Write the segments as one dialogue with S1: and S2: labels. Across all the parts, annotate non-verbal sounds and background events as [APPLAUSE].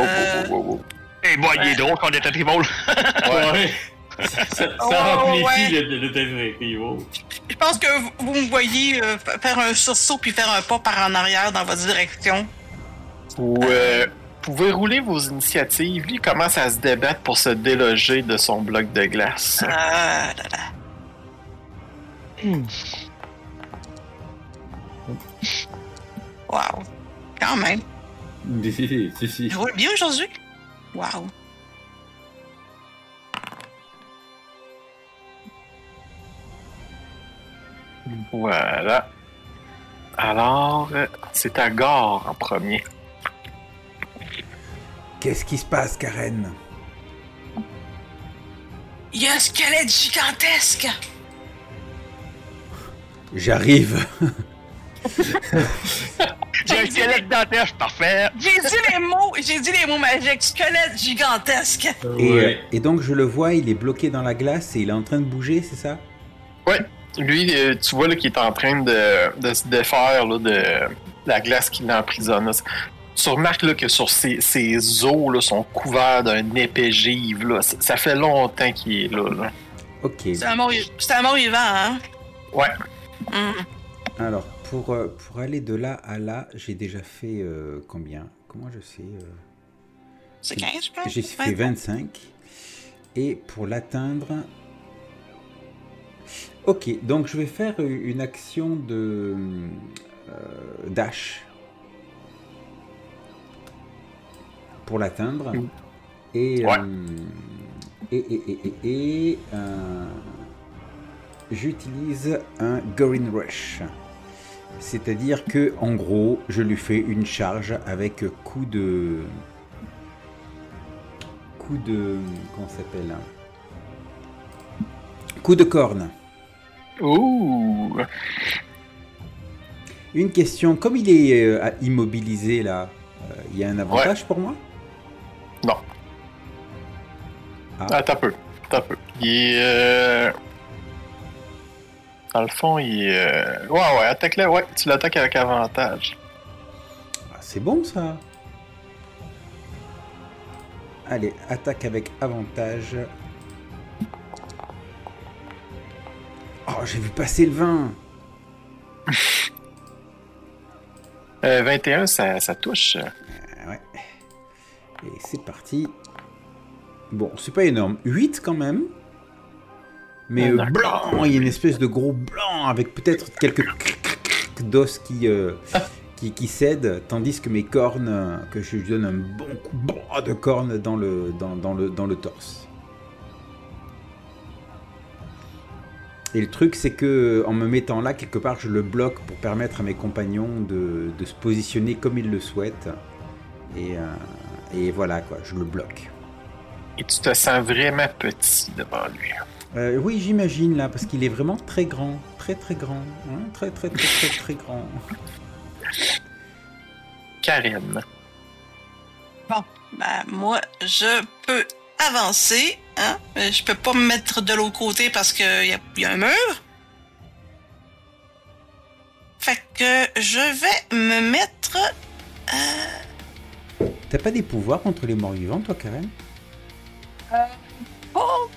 S1: Euh,
S2: Eh, moi, il est drôle qu'on est à Tribal.
S3: Ouais. ça ça
S1: ouais,
S3: amplifie
S1: ouais.
S3: le, le degré, Pivo.
S1: je pense que vous- vous me voyez euh, fa- faire un sursaut puis faire un pas par en arrière dans votre direction.
S4: Vous euh, pouvez rouler vos initiatives. Lui commence à se débattre pour se déloger de son bloc de glace.
S1: Ah, là, là. Hmm. Wow. Quand même.
S3: Si, si, si.
S1: Il roule bien aujourd'hui. Wow.
S4: Voilà. Alors, euh, c'est à Gore en premier.
S5: Qu'est-ce qui se passe, Karen
S1: Il y a un squelette gigantesque.
S5: J'arrive.
S2: J'ai un squelette dentaire, parfait.
S1: J'ai dit les mots, j'ai dit les mots magiques. Squelette gigantesque.
S5: Et,
S1: euh,
S5: euh,
S3: Ouais.
S5: et donc je le vois, il est bloqué dans la glace et il est en train de bouger, c'est ça
S4: Lui, euh, tu vois là, qu'il est en train de, de se défaire là, de la glace qui l'emprisonne. là. Tu remarques là, que sur ses, ses os là, sont couverts d'un épais givre. là. Ça, ça fait longtemps qu'il est là. là.
S5: Ok.
S1: C'est un mort, c'est un mort vivant, hein?
S4: Ouais.
S1: Hmm.
S5: Alors pour, euh, pour aller de là à là, j'ai déjà fait euh, combien Comment je sais euh,
S1: C'est 15, je pense.
S5: J'ai
S1: Ouais.
S5: fait 25. Et pour l'atteindre. Ok, donc je vais faire euh, une action de. euh, dash. Pour l'atteindre.
S4: Mm.
S5: Et,
S4: Ouais.
S5: euh, et. Et. Et. et- et, euh, J'utilise un Gorin Rush. C'est-à-dire que, en gros, je lui fais une charge avec coup de. Coup de. Comment ça s'appelle hein Coup de corne.
S4: Ouh!
S5: Une question, comme il est euh, à- immobilisé là, euh, il y a un avantage pour moi
S4: Non.
S5: Ah.
S4: Attends un peu. Attends un peu. Il est. euh, Dans le fond, il est. euh, Ouais, ouais, attaque-le. Ouais, tu l'attaques avec avantage.
S5: Ah, C'est bon ça Allez, attaque avec avantage. Oh, j'ai vu passer le 20
S4: Euh, 21, ça, ça touche.
S5: Ah ouais. Et c'est parti. Bon, c'est pas énorme. 8 quand même. Mais
S4: Ah,
S5: euh,
S4: d'accord.
S5: blanc, il y a une espèce de gros blanc avec peut-être quelques cric, cric, cric d'os qui, euh, qui, qui cèdent, tandis que mes cornes, euh, que je lui donne un bon coup boah, de corne dans le, dans, dans le, dans le torse. Et le truc, c'est que en me mettant là, quelque part, je le bloque pour permettre à mes compagnons de, de se positionner comme ils le souhaitent. Et, euh, et voilà, quoi, je le bloque.
S4: Et tu te sens vraiment petit devant lui.
S5: Euh, oui, j'imagine, là, parce qu'il est vraiment très grand. Très, très grand. hein, très, très, très, très, très grand.
S4: Karen.
S1: Ben, moi, je peux avancer, hein? mais Je peux pas me mettre de l'autre côté parce qu'il y, a- y a un mur. Fait que je vais me mettre.
S5: T'as pas des pouvoirs contre les morts-vivants, toi, Karen
S1: Oh!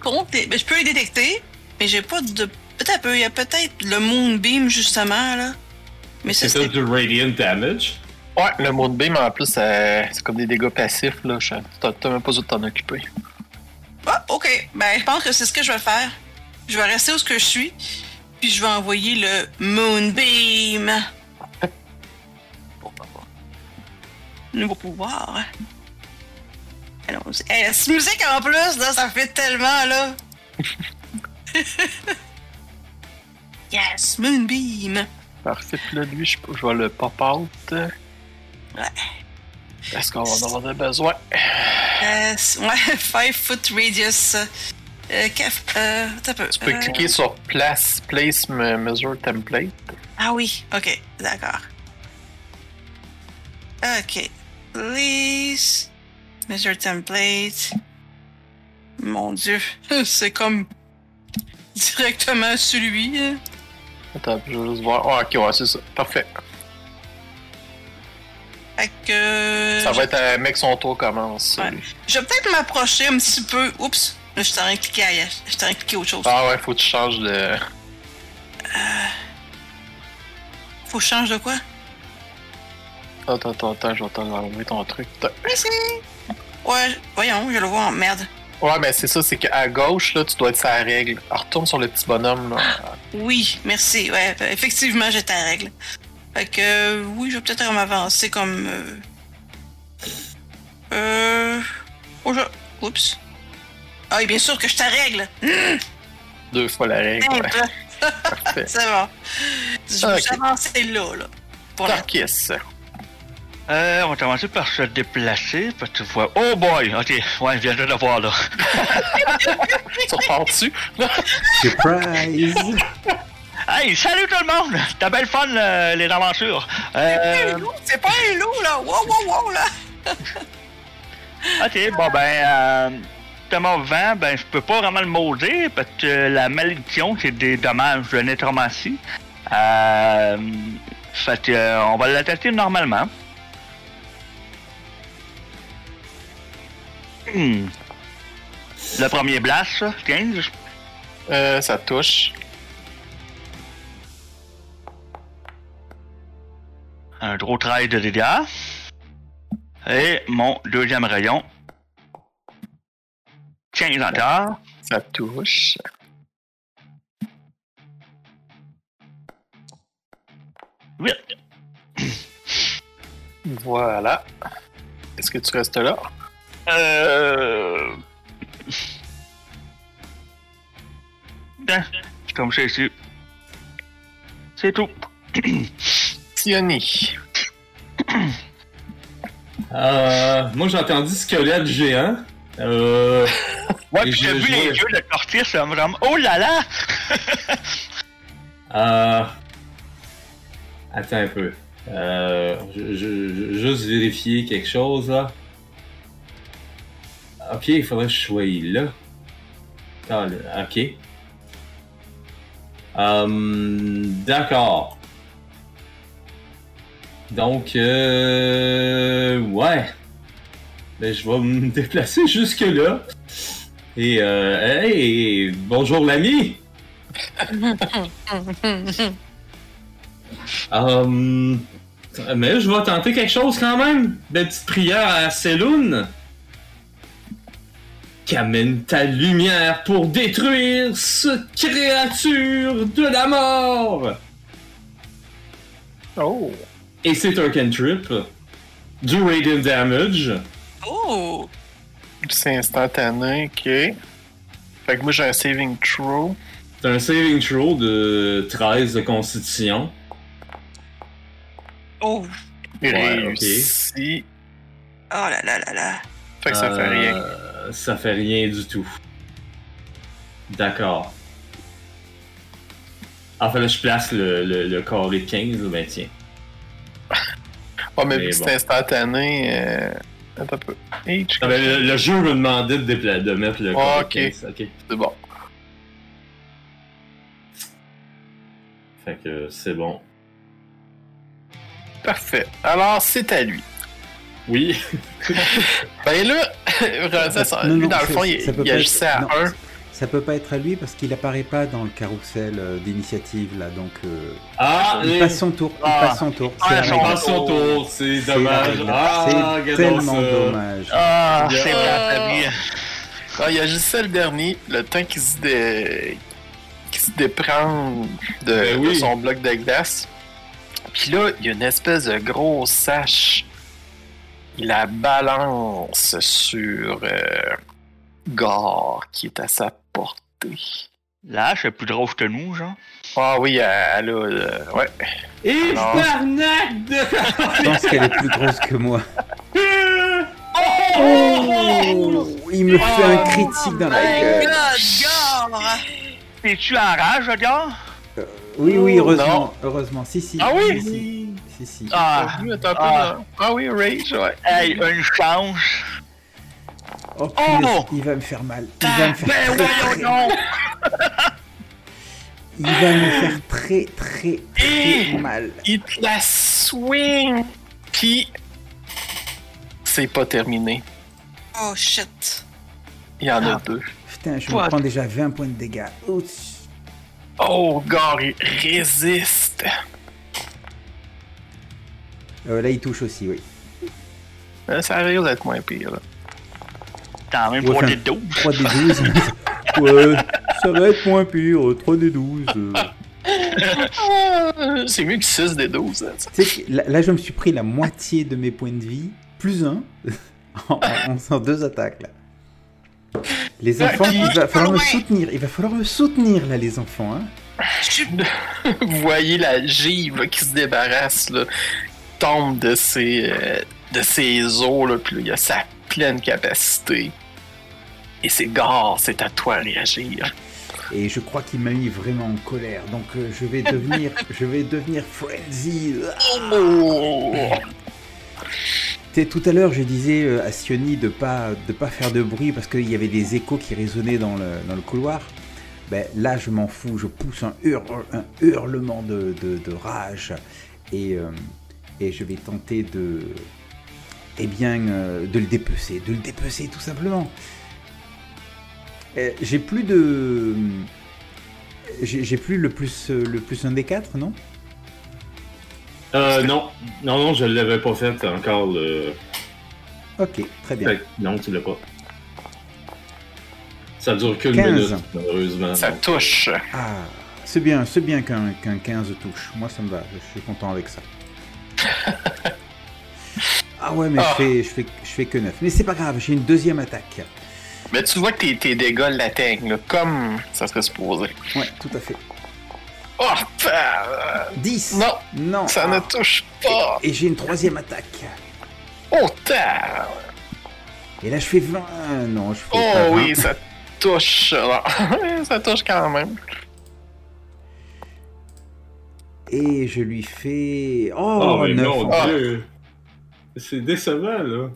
S1: Contre les- ben, je peux les détecter, mais j'ai pas de. Peut-être un peu, il y a peut-être le Moonbeam justement, là. Mais ça,
S3: C'est ça
S1: c'est.
S3: du radiant damage?
S4: Ouais, le Moonbeam en plus, euh, c'est comme des dégâts passifs. là. Je- T'as t'as même pas besoin de t'en occuper.
S1: Ah, ok. Ben, je pense que c'est ce que je vais faire. Je vais rester où ce que je suis, puis je vais envoyer le Moonbeam.
S4: bah,
S1: Nouveau pouvoir. Allons-y. Hey, la petite musique en plus, là, ça fait tellement, là. [LAUGHS] yes, Moonbeam.
S4: Parfait. Puis là, lui, je, je vais le pop-out. Ouais. Parce qu'on va en avoir besoin.
S1: Euh, c- ouais, [LAUGHS] 5 foot radius. Euh, caf- euh, attends un peu.
S4: Tu peux
S1: Euh,
S4: cliquer sur Place, Place, Me- Measure, Template.
S1: Ah oui, ok, d'accord. Ok, please. Measure template. Mon dieu, [LAUGHS] c'est comme directement celui. hein.
S4: Attends, je vais juste voir. Ah, ok, ouais, c'est ça. Parfait.
S1: Fait que.
S4: ça va être un mec son tour commence.
S1: Ouais. Je vais peut-être m'approcher un petit peu. Oups, là, je suis en train de cliquer, ailleurs. je suis en train de cliquer autre chose.
S4: Ah ouais, faut que tu changes de.
S1: Faut que je change de quoi?
S4: Attends, attends, attends, je vais t'enlever ton truc.
S1: Merci! Ouais, voyons, je le vois en merde.
S4: Ouais, mais c'est ça, c'est qu'à gauche, là, tu dois être sa règle. Alors, retourne sur le petit bonhomme, là.
S1: Oui, merci. Ouais, ben, effectivement, j'étais à règle. Fait que, euh, oui, je vais peut-être m'avancer comme. Euh. euh... oh, je- Oups. Ah, et bien sûr que je t'arrègle.
S4: Deux fois la règle. ouais.
S1: Simple. [LAUGHS]
S4: Parfait.
S1: C'est bon. Je
S4: Ah,
S1: vais
S4: ok.
S1: avancer là, là. Pour la...
S4: Tarkis.
S2: Euh, on va commencer par se déplacer, parce que tu vois... Oh boy! Ok, ouais, je viens de le voir, là.
S4: Tu repars-tu? [LAUGHS]
S5: [LAUGHS] Surprise!
S2: Hey, salut tout le monde! T'as belle fun, euh, les aventures! Euh,
S1: C'est pas un loup, là. Wow, wow, wow, là.
S2: ok, bon, ben... Euh, tellement vent, ben, je peux pas vraiment le maudire, parce que la malédiction, c'est des dommages de nécromancie. Euh... Fait que, euh, on va l'attaquer normalement. Hmm. Le premier blast, ça, 15, je
S4: Euh, ça touche.
S2: un gros travail de dégâts. Et mon deuxième rayon. 15 encore.
S4: Ça touche.
S2: Oui.
S4: Voilà. Est-ce que tu restes là?
S2: Euh... Tiens, je tombe chez ici. C'est tout.
S4: Sioni.
S3: Euh, moi, j'ai entendu squelette géant. Euh,
S2: Ouais,
S3: Et
S2: puis j'ai
S3: je-
S2: vu
S3: je-
S2: les yeux de Cortis, ça me rend- Oh là là!
S3: euh, Attends un peu. Euh, je, je- je- juste vérifier quelque chose, là. Ok, il faudrait que je sois là. Ah, le- ok. Hum, D'accord. Donc, euh, ouais. Ben, je vais me [LAUGHS] déplacer jusque-là. Et, euh, hey, bonjour l'ami! Hum, mais je vais tenter quelque chose quand même. Belle petite prière à Seloun. Qu'amène ta lumière pour détruire cette créature de la mort.
S4: Oh!
S3: Et c'est un cantrip. Du radiant damage.
S1: Oh!
S4: C'est instantané, ok. Fait que moi j'ai un saving throw.
S3: C'est un saving throw de 13 de constitution.
S1: Oh!
S4: Il
S3: Ouais, ok.
S4: réussit.
S1: Oh là là là là.
S4: Fait que ça fait
S3: Euh,
S4: rien.
S3: Ça fait rien du tout. D'accord. Enfin, là, je place le, le, le carré de 15, là, ben tiens.
S4: Oh, mais
S3: mais
S4: vu que c'est
S3: bon.
S4: instantané. Euh... Attends un peu. Hey, tu-
S3: Ah, ben, le, le jeu me demandait de, dépla- de mettre le
S4: Ah,
S3: carré
S4: ok.
S3: de 15. Ok.
S4: C'est bon.
S3: Fait que c'est bon.
S4: Parfait. Alors, c'est à lui.
S3: Oui.
S4: Ben là, [LAUGHS] Ah, ça, ça-
S5: Non,
S4: lui,
S5: non,
S4: dans le
S5: ça-
S4: fond,
S5: ça peut
S4: il, il
S5: pas
S4: agissait
S5: être-
S4: à
S5: non.
S4: 1.
S5: Ça peut pas être à lui parce qu'il apparaît pas dans le carrousel euh, d'initiative là, donc euh,
S3: Ah,
S5: il
S3: et-
S5: passe son tour. Il
S2: Ah.
S5: passe son tour.
S2: Ah,
S5: C'est la
S2: j'en
S3: on
S5: règle.
S3: passe son tour. C'est
S5: C'est la
S3: dommage.
S5: règle.
S3: Ah,
S5: C'est
S3: regarde donc
S5: tellement
S3: ça.
S5: dommage.
S2: Ah,
S3: Yeah.
S2: c'est vrai, t'as bien.
S4: Ah, il agissait le dernier, le temps qu'il se, dé... qu'il se déprend de,
S3: Ben oui.
S4: de son bloc de glace. Puis là, il y a une espèce de gros sache. Il la balance sur euh, Gore qui est à sa portée.
S2: Là, je suis plus drôle que nous, genre.
S4: Ah oui, elle a. euh, ouais.
S3: Et
S4: Alors.
S3: barnac de.
S5: Je pense qu'elle est plus grosse que moi. il me fait un critique dans la
S1: Oh. My
S5: gueule.
S1: God, gare!
S2: T'es-tu en rage, le gars?
S5: Oui, oui,
S4: Non.
S5: heureusement, heureusement. Si, si.
S4: Ah oui?
S5: si, si, si, si.
S2: Ah,
S4: Revenu, attends un peu,
S2: Ah.
S4: là. ah oui, Rage, ouais.
S2: Euh, hey, une chance.
S5: Oh, punaise,
S2: Oh!
S5: il va me faire mal. Il va me faire
S2: Ben
S5: très,
S2: voyons
S5: très-
S2: donc!
S5: Il va me faire très, très, très
S4: Eh.
S5: mal.
S4: il te la swing, puis c'est pas terminé.
S1: Oh shit.
S4: Il y en a
S5: Ah.
S4: deux.
S5: Putain, je me
S4: What?
S5: prends déjà 20 points de dégâts. Ouch.
S4: Oh, gars, il résiste.
S5: Euh, là, il touche aussi, oui.
S4: Euh, Ça arrive d'être moins pire. Là.
S2: Quand même,
S5: Ouais,
S2: 3 d
S5: enfin,
S2: 12.
S5: 3 des 12. ouais, ça va être moins pire. 3 des 12. euh.
S4: Ah, c'est mieux que 6 des 12. hein, ça.
S5: Tu sais que là, là, je me suis pris la moitié de mes points de vie, plus un, [LAUGHS] en, en- en deux attaques. Là. Les enfants,
S4: qui-
S5: il va falloir me
S1: Ouais.
S5: soutenir. Il va falloir me soutenir, là, les enfants. Hein.
S1: Je suis
S4: [LAUGHS] Vous voyez la givre qui se débarrasse, là, tombe de ses, euh, de ses os, là, puis là, il a sa pleine capacité. Et c'est gars, c'est à toi de réagir.
S5: Et je crois qu'il m'a mis vraiment en colère. Donc, euh, je vais devenir, je vais devenir frenzy.
S4: Oh!
S5: Tu sais, tout à l'heure, je disais euh, à Sioni de pas de pas faire de bruit parce qu'il y avait des échos qui résonnaient dans le, dans le couloir. Ben, là, je m'en fous, je pousse un, hurle- un hurlement de, de- de rage et, euh, et je vais tenter de eh bien euh, de le dépecer, de le dépecer tout simplement. Euh, j'ai plus de j'ai j'ai plus le plus euh, le plus un des quatre, non
S3: Euh, non. Non, non, je l'avais pas fait encore le.
S5: Ok, très bien.
S3: Fait que non, tu l'as pas. Ça dure qu'une
S5: 15.
S3: minute, malheureusement.
S4: Ça
S3: Donc,
S4: touche.
S5: Ah, c'est bien, c'est bien qu'un qu'un 15 touche. Moi, ça me va, je suis content avec
S4: [LAUGHS]
S5: ça. ah ouais, mais
S4: Ah.
S5: Je, fais, je, fais, je fais que 9. Mais c'est pas grave, j'ai une deuxième attaque.
S4: Mais tu vois que tes, tes dégâts l'atteignent, là, comme ça serait supposé.
S5: Ouais, tout à fait.
S4: Oh, pah!
S5: 10
S4: Non,
S5: Non
S4: ça ne
S5: Ah.
S4: touche pas.
S5: Et j'ai une troisième attaque.
S4: Oh, ta!
S5: Et là, je fais 20. Non, je fais pas
S4: Oh
S5: 20.
S4: oui, ça touche. [LAUGHS] ça touche quand même.
S5: Et je lui fais.
S3: Oh,
S5: Oh,
S3: mais
S5: 9.
S3: mon
S4: Ah.
S3: dieu! C'est décevant, là.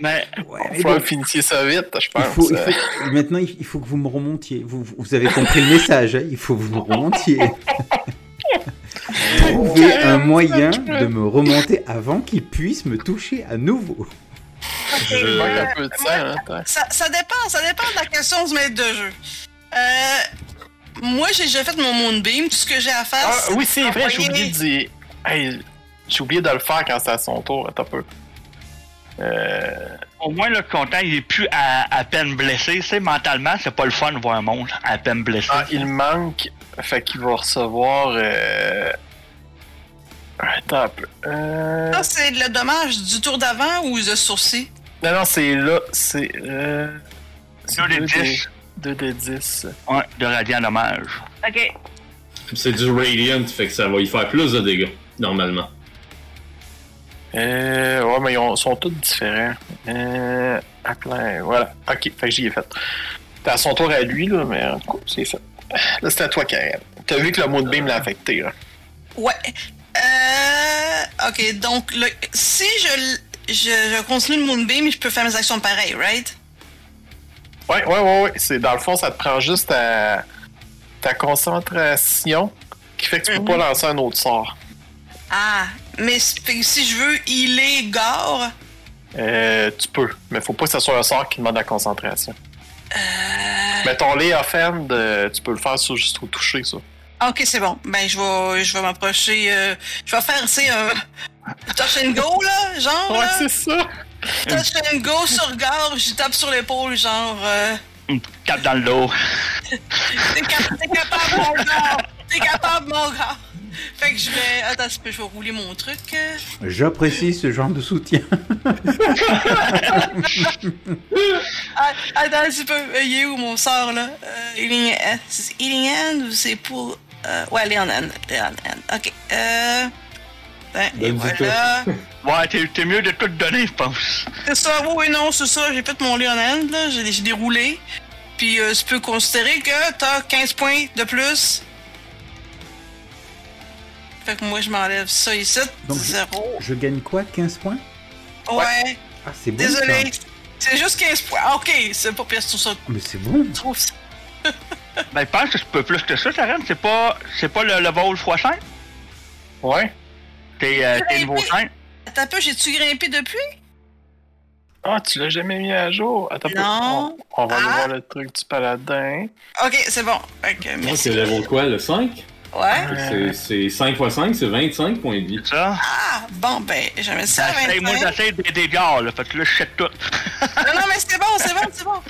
S2: Mais
S5: Ouais, mais
S4: Faut
S5: bon,
S4: que vous finissiez ça vite, je
S5: il
S4: pense. Euh,
S5: faut, il faut- maintenant, il il faut que vous me remontiez. Vous, vous avez compris le message, hein, il faut que vous me remontiez. trouver un moyen de me remonter avant qu'il puisse me toucher à nouveau.
S4: Il manque
S3: Je...
S4: un peu de sang, hein, attends.
S1: Ça, ça dépend, ça dépend de la question du maître de jeu. Euh, moi, j'ai déjà fait mon Moonbeam. Tout ce que j'ai à faire,
S4: Ah
S1: c'est
S4: oui, c'est vrai, j'ai
S1: envoyer-
S4: oublié de dire. Hey, j'ai oublié de le faire quand c'est à son tour. Attends un peu. Euh,
S2: au moins, le content, il est plus à, à peine blessé. C'est mentalement, c'est pas le fun de voir un monstre à peine blessé.
S4: ah, il manque, fait qu'il va recevoir. Euh... Attends un peu. Euh...
S1: ça, c'est le dommage du tour d'avant ou le sourcil.
S4: Non, non, c'est là. C'est. Euh... c'est
S2: 2 des
S4: deux
S2: 10
S4: 2 des 10.
S2: ouais, de radiant dommage.
S1: OK.
S3: C'est du Radiant, fait que ça va y faire plus de dégâts, normalement.
S4: Euh, ouais, mais ils ont- sont tous différents. Euh, à plein, voilà. Ok, fait que j'y ai fait. T'as son tour à lui, là, mais en tout cas, c'est fait. Là, c'est à toi, Karen. T'as vu que le mot de beam l'a affecté, là.
S1: Ouais. Euh, OK, donc, le- si je, l- je, je continue le Moonbeam, je peux faire mes actions pareilles, right?
S4: Ouais, ouais, ouais, ouais. C'est, dans le fond, ça te prend juste ta, ta concentration qui fait que tu peux
S1: Mhm.
S4: pas lancer un autre sort.
S1: Ah, mais c- fait que si je veux, il est gore.
S4: Euh, tu peux, mais faut pas que ce soit un sort qui demande la concentration.
S1: Euh.
S4: Mais ton lay offend, euh, tu peux le faire sur, juste au toucher, ça.
S1: OK, c'est bon. Ben, je vais, je vais m'approcher. euh, je vais faire, c'est un touch and go, là, genre.
S4: Ouais,
S1: là.
S4: c'est ça!
S1: Touch and go sur gore, je tape sur l'épaule, genre. euh,
S2: Une tape dans le dos.
S1: T'es cap- t'es capable, mon gars! T'es capable, mon gars! Fait que je vais. Attends, un peu, je vais rouler mon truc. euh.
S5: J'apprécie ce genre de soutien.
S1: Ah, attends, un petit peu. Euh, Il est où mon sort, là? Euh, healing Hand. C'est Healing Hand ou c'est pour. euh, Ouais, Leon Hand. Leon Hand. Ok. Euh. ben, et
S3: Donne-y
S1: voilà.
S2: Ouais, t'es t'es mieux de tout donner, je pense.
S1: C'est ça, oui, oui, non, c'est ça. J'ai fait mon Leon Hand, là. J'ai j'ai déroulé. Puis, euh, tu peux considérer que t'as 15 points de plus. Fait que moi, je m'enlève ça ici.
S5: Donc, je-
S1: Zéro.
S5: Je gagne quoi 15 points
S1: ouais.
S5: Ah, c'est bon.
S1: Désolé.
S5: ça.
S1: C'est juste 15 points. Ah, ok, c'est pas pire, je trouve ça
S5: Mais c'est bon.
S1: trop. ça.
S2: Ben, je pense que c'est peu plus que ça, Karen. C'est pas, c'est pas le, le vol x5.
S4: Ouais.
S2: T'es euh, t'es niveau
S1: Oui.
S2: 5.
S1: Attends un peu, j'ai-tu grimpé depuis?
S4: Ah, tu l'as jamais mis à jour. Attends, un peu.
S1: Non.
S4: on, on va aller
S1: Ah.
S4: voir le truc du paladin.
S1: Ok, c'est bon. Fait que,
S3: Donc,
S1: merci.
S3: c'est level quoi, le 5?
S1: Ouais.
S4: Euh,
S3: C'est- C'est 5 x 5, c'est 25 points de vie.
S2: Ça.
S1: Ah, bon, ben, j'avais ça à
S2: J'essaie- moi,
S1: 25.
S2: j'essaie des dégâts, là. Fait que là, je chèque tout.
S1: Non,
S2: [LAUGHS]
S1: non, mais c'est bon, c'est bon, c'est bon.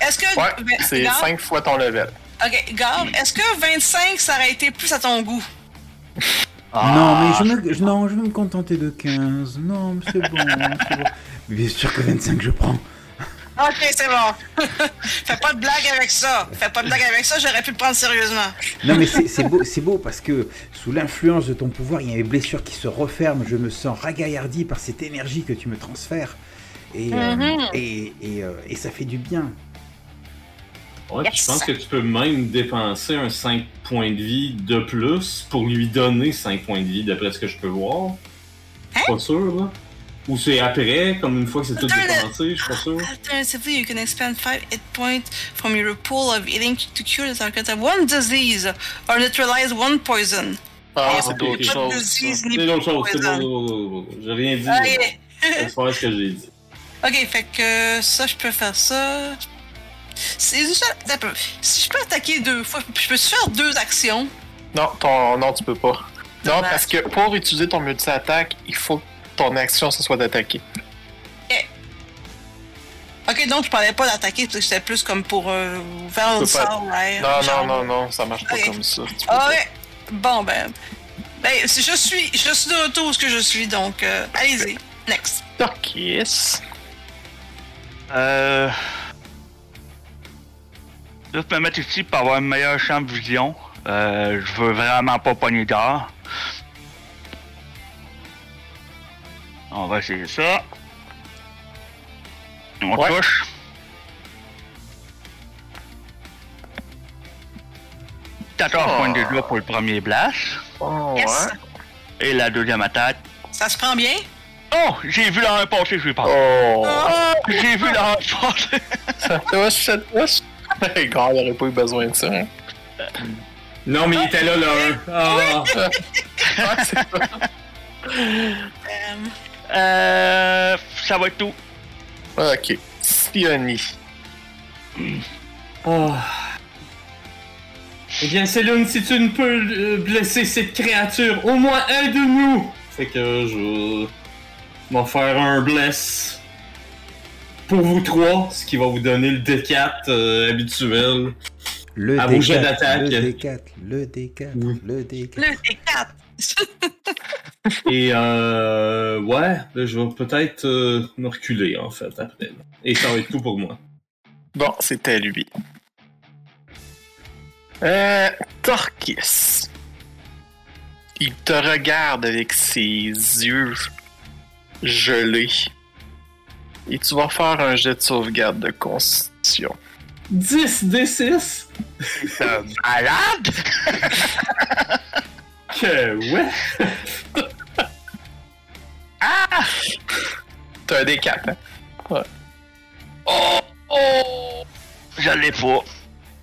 S1: Est-ce que.
S4: ouais, c'est
S1: Garde-
S4: 5 fois ton level.
S1: Ok, Garde, est-ce que 25, ça aurait été plus à ton goût?
S2: Ah,
S5: Non, mais je, me, je- non, je vais me contenter de 15. Non, mais c'est bon, c'est bon. Bien sûr que 25, je prends.
S1: Ok, c'est bon. [LAUGHS] Fais pas de blague avec ça. Fais pas de blague avec ça, j'aurais pu le prendre sérieusement.
S5: Non, mais c'est c'est beau, c'est beau parce que sous l'influence de ton pouvoir, il y a mes blessures qui se referment. Je me sens ragaillardi par cette énergie que tu me transfères. Et, euh,
S1: Mhm.
S5: et, et, euh, et ça fait du bien.
S3: Ouais, puis je
S1: Yes.
S3: pense que tu peux même dépenser un 5 points de vie de plus pour lui donner 5 points de vie, d'après ce que je peux voir. Je
S1: Hein?
S3: suis pas sûr, là. Ou c'est après, comme une fois que c'est tout
S1: Attends,
S3: dépensé, je suis pas
S1: [LAUGHS]
S3: sûr.
S1: Alternatively, you can expand 5 hit points from your pool of healing to cure the target of one disease or neutralize one poison.
S4: Ah,
S3: Ah,
S4: c'est
S3: ok,
S4: d'autres
S1: Pas
S3: ok.
S1: de
S4: choses. ça.
S1: disease ni
S3: hein. C'est l'autre chose, c'est bon,
S1: poison.
S3: bon, bon, bon. j'ai rien dit. là.
S1: Ok,
S3: Laisse faire ce que j'ai dit.
S1: ok, fait que euh, ça, je peux faire ça. C'est juste. attends un peu. Si je peux attaquer deux fois, je peux faire deux actions.
S4: Non, ton, non, tu peux pas. Non,
S1: Dommage.
S4: parce que pour utiliser ton multi-attaque, il faut que ton action, ce soit d'attaquer.
S1: Ok, donc je parlais pas d'attaquer, parce que c'était plus comme pour euh, faire un
S4: peux pas-
S1: sort. ouais,
S4: Non,
S1: genre.
S4: non, non, non, ça marche pas
S1: Ok.
S4: comme ça. Tu peux
S1: Ah
S4: pas.
S1: ouais. Bon, ben. Ben, si je suis, je suis de retour où ce que je suis, donc euh, allez-y. Next.
S4: Torquis.
S2: Euh. Je vais me mettre ici pour avoir un meilleur champ de vision. Euh, je veux vraiment pas pogner d'or. On va essayer ça. On
S4: Ouais.
S2: touche.
S4: Oh.
S2: 14 points de dégâts pour le premier blast.
S4: Oh,
S1: Yes.
S4: ouais.
S2: Et la deuxième attaque.
S1: Ça se prend bien?
S2: Oh! J'ai vu la 1 passer, je lui parle.
S4: Oh!
S1: Ah.
S2: Oh! J'ai vu la 1 passer!
S4: Ça touche, ça touche. Les gars, [LAUGHS] il aurait pas eu besoin de ça. hein.
S3: Non, mais il était là, le 1. Ah,
S4: Ah, c'est pas-
S1: Euh,
S2: [LAUGHS] Euh. Ça va être tout.
S4: [LAUGHS] ok. Sioni.
S3: Oh. Eh bien, Céline, si tu ne peux euh, blesser cette créature, au moins aide-nous! Fait que je vais faire un bless pour vous trois, ce qui va vous donner le D4 euh, habituel.
S5: Le
S3: À vos jets d'attaque.
S5: D4, le D4, le D4,
S3: Oui.
S5: le D4.
S1: le D4.
S3: Et euh, ouais, là, je vais peut-être euh, me reculer en fait après. là. Et ça va être tout pour moi.
S4: Bon, c'était lui. Euh, Torquis. Il te regarde avec ses yeux gelés. Et tu vas faire un jet de sauvegarde de constitution.
S3: 10 D6?
S2: Euh, Malade!
S3: Que ouais!
S4: T'as un D4, hein?
S2: Je l'ai pas.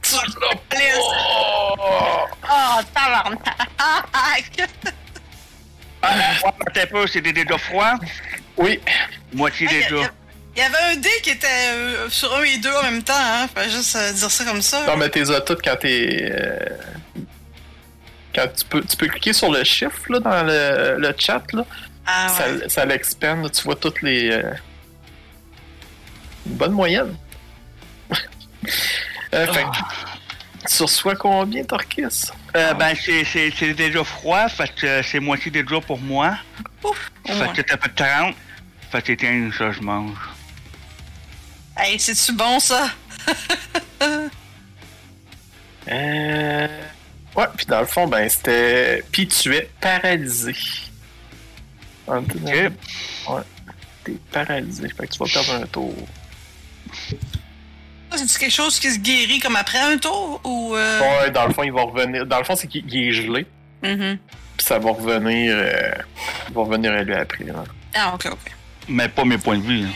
S4: Tu l'as pas!
S1: Oh, tabarnak!
S2: Attends un peu, c'est des dégâts froids.
S4: Oui,
S2: Moitié
S1: Il Ah, y,
S2: dégâts.
S1: a- il y avait un dé qui était euh, sur un et deux en même temps, hein. Faut juste euh, dire ça comme ça.
S4: non, mais t'es as toutes quand t'es. euh, Quand tu peux, tu peux cliquer sur le chiffre là, dans le, le chat, là.
S1: Ah, ouais.
S4: ça, ça l'expande, là, tu vois toutes les. euh, Une bonne moyenne. [LAUGHS] Euh, fait
S1: Ah.
S4: que tu reçois combien, Torquis
S2: Euh, ben, c'est- c'est c'est des dégâts froids, fait que euh, c'est moitié dégâts pour moi.
S1: Au
S2: fait
S1: moins.
S2: que t'as fait 30. Fait que c'est 15, ça, je mange.
S1: Hey, c'est-tu bon, ça?
S4: Euh. Ouais, puis dans le fond, ben c'était. Puis tu es paralysé. En tout cas,
S2: Ok.
S4: Ouais. T'es paralysé. Fait que tu vas perdre un tour.
S1: Ça, C'est-tu quelque chose qui se guérit comme après un tour? Ou. euh,
S4: Ouais, dans le fond, il va revenir. Dans le fond, c'est qu'il il est gelé.
S1: mhm.
S4: Puis ça va revenir. euh, Il va revenir à lui après. là.
S1: Ah, ok, ok.
S2: Mais pas mes points de vue. hein.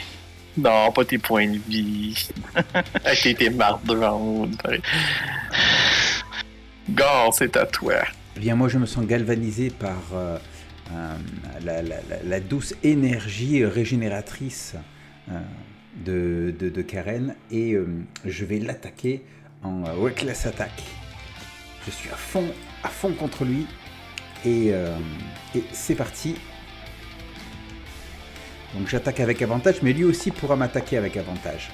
S4: Non, pas tes points de vie. [LAUGHS] Avec tes- hein. tes marques de haut, pareil. Gore, c'est à toi.
S5: Eh bien, moi, je me sens galvanisé par euh, euh, la, la- la- la douce énergie régénératrice euh, de, de- de Karen et euh, je vais l'attaquer en euh, reckless attack. Je suis à fond, à fond contre lui et, euh, et c'est parti. Donc j'attaque avec avantage, mais lui aussi pourra m'attaquer avec avantage.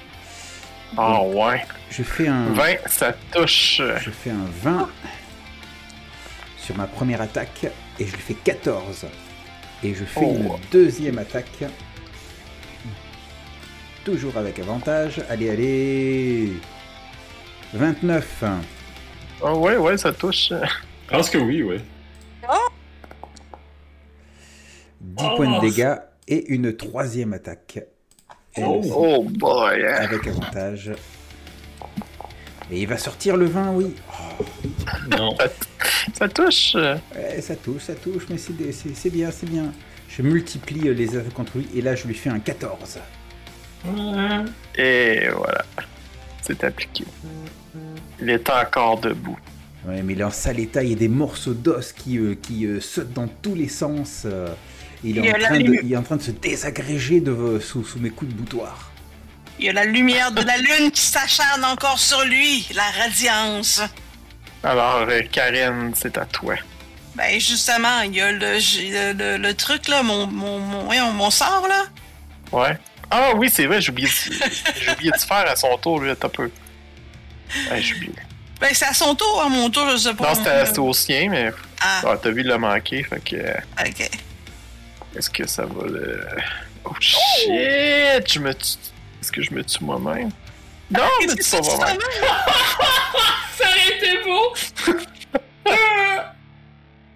S4: Ah ouais.
S5: Je fais un,
S4: 20, ça touche.
S5: je fais un 20 sur ma première attaque et je lui fais 14. Et je fais
S4: Oh.
S5: une deuxième attaque. Toujours avec avantage. Allez, allez 29.
S4: Ah ouais, ouais, ça touche.
S3: Je pense que oui, ouais.
S5: 10
S3: Oh.
S5: points de dégâts et une troisième attaque. Elle
S3: Oh.
S5: aussi
S4: Oh boy. hein.
S5: Avec avantage. Et il va sortir le 20, oui. Oh,
S3: Non.
S4: Ça touche.
S5: ouais, Eh, ça touche, ça touche, mais c'est des- c'est c'est bien, c'est bien. Je multiplie euh, les attaques contre lui et là je lui fais un 14.
S4: Et voilà. C'est appliqué. Il est encore debout.
S5: Ouais, mais il est en sale état, il y a des morceaux d'os qui, euh, qui euh, sautent dans tous les sens. euh, il, est
S1: Il y
S5: en
S1: a la
S5: train de,
S1: lumière.
S5: il est en train de se désagréger de, vos- sous, sous mes coups de boutoir.
S1: Il y a la lumière de la lune qui s'acharne encore sur lui, la radiance.
S4: Alors, euh, Karen, c'est à toi.
S1: Ben justement, il y a le, j- le, le- le truc là, mon, mon, mon, voyons, mon sort là.
S4: Ouais. Ah oui, c'est vrai, j'ai oublié, de- [LAUGHS] j'ai oublié de faire à son tour, lui, un peu. Ouais, j'ai oublié.
S1: Ben c'est à son tour, à mon tour, je sais pas. Euh,
S4: Non, c'était c'était au sien, mais
S1: Ah,
S4: ah, t'as vu, il l'a manqué, fait que. euh,
S1: ok.
S4: Est-ce que ça va le. Oh shit! Je me tue. Est-ce que je me tue moi-même? Non, je me tue
S1: Qu'est-ce que
S4: pas
S1: Ah, tu fais [LAUGHS]
S4: moi-même.
S3: Ça aurait été beau!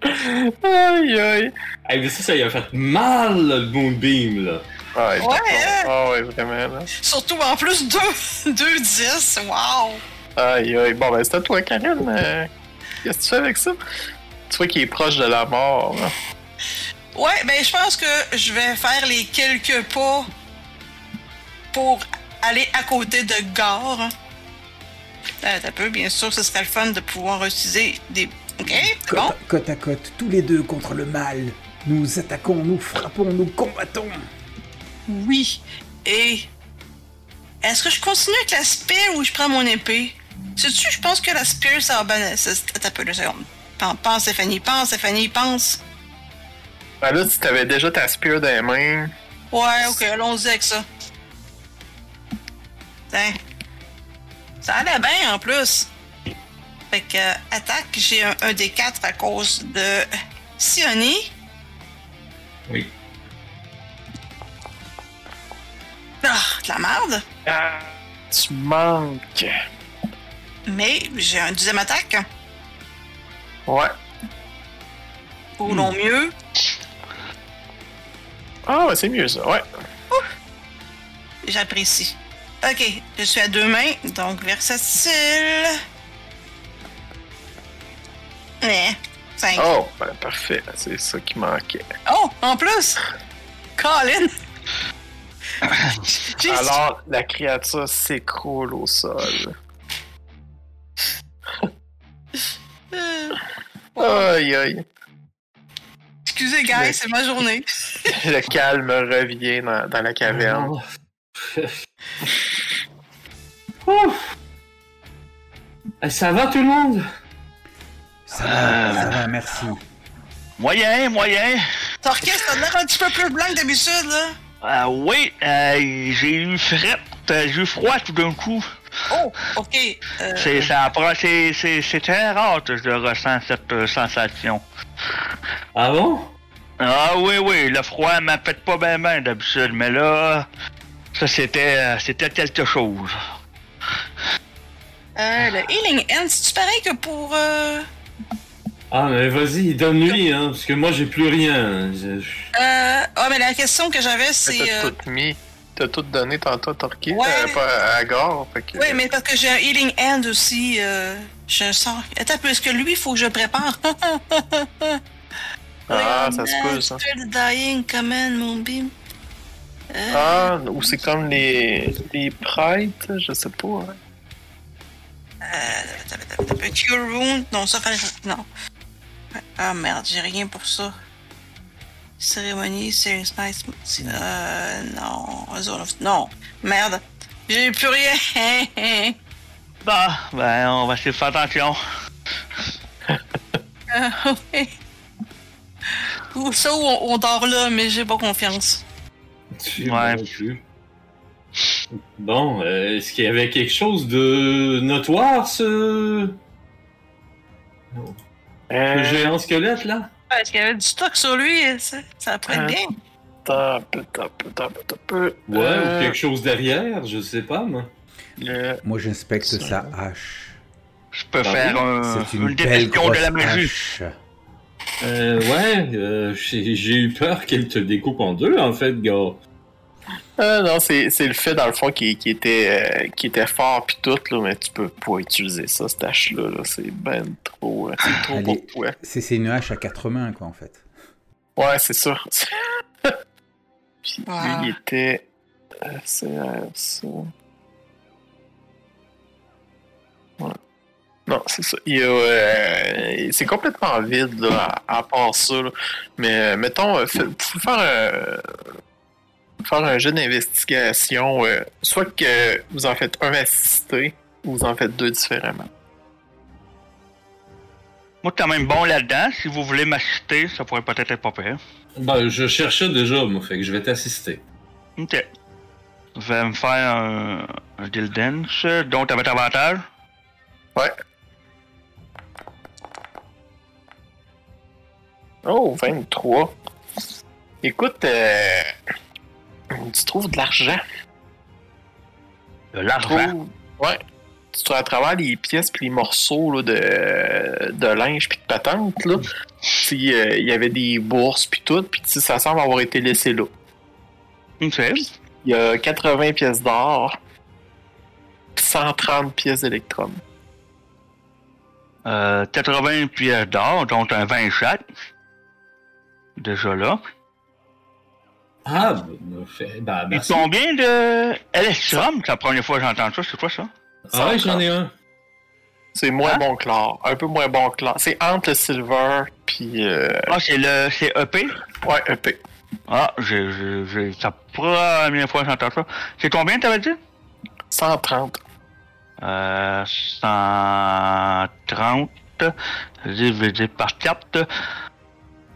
S4: Aïe aïe!
S3: Hey, mais ça, ça lui a fait mal, là, le Moonbeam, là.
S4: Ah,
S1: Ouais, hein?
S4: Ah ouais, vraiment, là.
S1: Surtout en plus, deux, [LAUGHS] deux 10. Wow!
S4: Aïe aïe. Bon, ben, c'est à toi, Karen. euh, Qu'est-ce que tu fais avec ça? Tu vois qu'il est proche de la mort, là.
S1: Ouais, ben je pense que je vais faire les quelques pas pour aller à côté de Gore. Euh, T'as peu, bien sûr, ce serait le fun de pouvoir utiliser des. Ok, c'est
S5: Côte,
S1: bon.
S5: côte à côte, tous les deux contre le mal. Nous attaquons, nous frappons, nous combattons.
S1: Oui. Et. Est-ce que je continue avec la spear ou je prends mon épée? Sais-tu, je pense que la spear, ça va bien. T'as peu, deux secondes. Pen- Pense, Stéphanie, pense, Stéphanie, pense.
S4: Ben là, si t'avais déjà ta spear dans les mains,
S1: Ouais, ok, allons-y avec ça. Tiens. Ça allait bien en plus. Fait que, euh, attaque, j'ai un, un des quatre à cause de Sioni.
S3: Oui.
S1: Ah, de la merde.
S4: ah, tu manques.
S1: Mais j'ai un deuxième attaque.
S4: Ouais.
S1: Ou non mieux.
S4: Ah, ouais, c'est mieux ça, ouais.
S1: J'apprécie. Ok, je suis à deux mains, donc versatile. Mais, cinq. Oh.
S4: Oh, ben parfait, c'est ça qui manquait.
S1: en plus! Colin! J'ai-
S4: Alors, la créature s'écroule au sol.
S1: Euh,
S4: Aïe aïe. [LAUGHS]
S1: excusez, guys, c'est ma journée.
S4: Le calme revient dans, dans la caverne.
S3: Ouf. Eh, Ça va, tout le monde?
S5: Ça va,
S3: Ah.
S5: ça va, merci.
S2: Moyen, moyen.
S1: Ton orchestre a l'air un petit peu plus blanc que d'habitude, là.
S2: Ah oui, euh, j'ai eu frette, euh, j'ai eu froid tout d'un coup.
S1: Oh, ok. euh,
S2: C'est ça approche- c'est- c'est- c'est très rare que je ressens cette euh, sensation.
S3: Ah bon?
S2: Ah oui, oui, le froid m'appelle pas bien ben d'habitude, mais là, ça c'était euh, c'était quelque chose.
S1: euh, le Healing Hand, c'est-tu pareil que pour. Euh,
S3: Ah, mais vas-y, donne-lui, hein, parce que moi, j'ai plus rien. Je-
S1: euh, ah, mais la question que j'avais, c'est.
S4: T'as
S1: euh,
S4: tout mis. T'as tout donné tantôt à Torquay,
S1: Ouais.
S4: t'avais pas à Gore. Fait que...
S1: Oui, mais parce que j'ai un Healing Hand aussi. Euh, j'ai un sort. Attends, parce que lui, il faut que je prépare. [LAUGHS]
S4: Ah, ça se peut, ça.
S1: After the Dying Command, Moonbeam. Euh,
S4: Ah, ou c'est comme les, les prêtres, je sais pas. hein.
S1: Attends, attends, attends, attends. Cure Wound. Non, ça fait. Non. Ah merde, j'ai rien pour ça. Cérémonie, Serious Night. c'est- Euh, non. Zone of- Non. Merde. J'ai plus rien. [LAUGHS]
S2: Bah, ben, on va essayer de faire attention.
S1: Euh, ouais. Ou ça, ou on, on dort là, mais j'ai pas confiance.
S3: Tu-
S2: Ouais.
S3: moi non plus. Bon, euh, est-ce qu'il y avait quelque chose de notoire, ce...
S4: Euh,
S3: le géant squelette, là?
S1: Est-ce qu'il y avait du stock sur lui? Ça, ça pourrait être
S4: Euh,
S1: bien.
S4: attends, attends, attends, attends, attends.
S3: Ouais,
S4: Euh,
S3: ou quelque chose derrière, je sais pas, moi.
S4: le-
S5: Moi, j'inspecte
S4: Ça
S5: sa hache.
S2: Je peux
S3: Ah
S2: faire
S3: oui?
S2: un-
S5: C'est
S2: une,
S5: une, belle
S2: détection Euh, de
S5: grosse
S2: la magie.
S5: hache.
S3: Euh, ouais, euh, j'ai j'ai eu peur qu'elle te découpe en deux, en fait, gars.
S4: Ah non, c'est c'est le fait, dans le fond, qui, qui était, euh, qui était fort pis tout, là, mais tu peux pas utiliser ça, cette hache-là. là. C'est ben trop, euh, c'est trop
S5: Elle
S4: pour
S5: est-
S4: toi.
S5: C'est c'est une hache à quatre mains, quoi, en fait.
S4: Ouais, c'est sûr. Puis
S1: Wow.
S4: lui, il était. euh, C'est euh, ça. Ouais. Non, c'est ça. Il y a, euh, c'est complètement vide, là, à, à part ça. là. Mais euh, mettons, euh, fait- faut faire un. Faire un jeu d'investigation, euh, soit que vous en faites un assisté ou vous en faites deux différemment.
S2: Moi, t'es quand même bon là-dedans. Si vous voulez m'assister, ça pourrait peut-être être pas pire.
S3: Ben, je cherchais déjà, moi, fait que je vais t'assister.
S2: Ok. Je vais me faire un, un deal dance, donc avec avantage.
S4: Oh, 23. Écoute, euh, tu trouves de l'argent.
S2: De l'argent.
S4: trouves- Ouais. Tu trouves à travers les pièces puis les morceaux là, de, de linge puis de patente, là. si, euh, Il y avait des bourses puis tout, puis tu sais, ça semble avoir été laissé là.
S2: Ok.
S4: Il y a 80 pièces d'or, puis 130 pièces d'électrum.
S2: Euh, 80 pièces d'or, dont un 20 chaque. Déjà là.
S3: Ah, ben, fait- bah, bah,
S2: Et combien de Electrum? C'est la première fois que j'entends ça, c'est quoi ça?
S3: ah ouais, j'en ai un.
S4: C'est moins
S2: Hein?
S4: bon que l'or, un peu moins bon que l'or. C'est entre le silver puis euh,
S2: Ah, c'est le c'est EP?
S4: ouais, EP.
S2: Ah, j'ai- j'ai- j'ai- c'est la première fois que j'entends ça. C'est combien, t'avais dit?
S4: 130.
S2: Euh, 130 divisé par 4.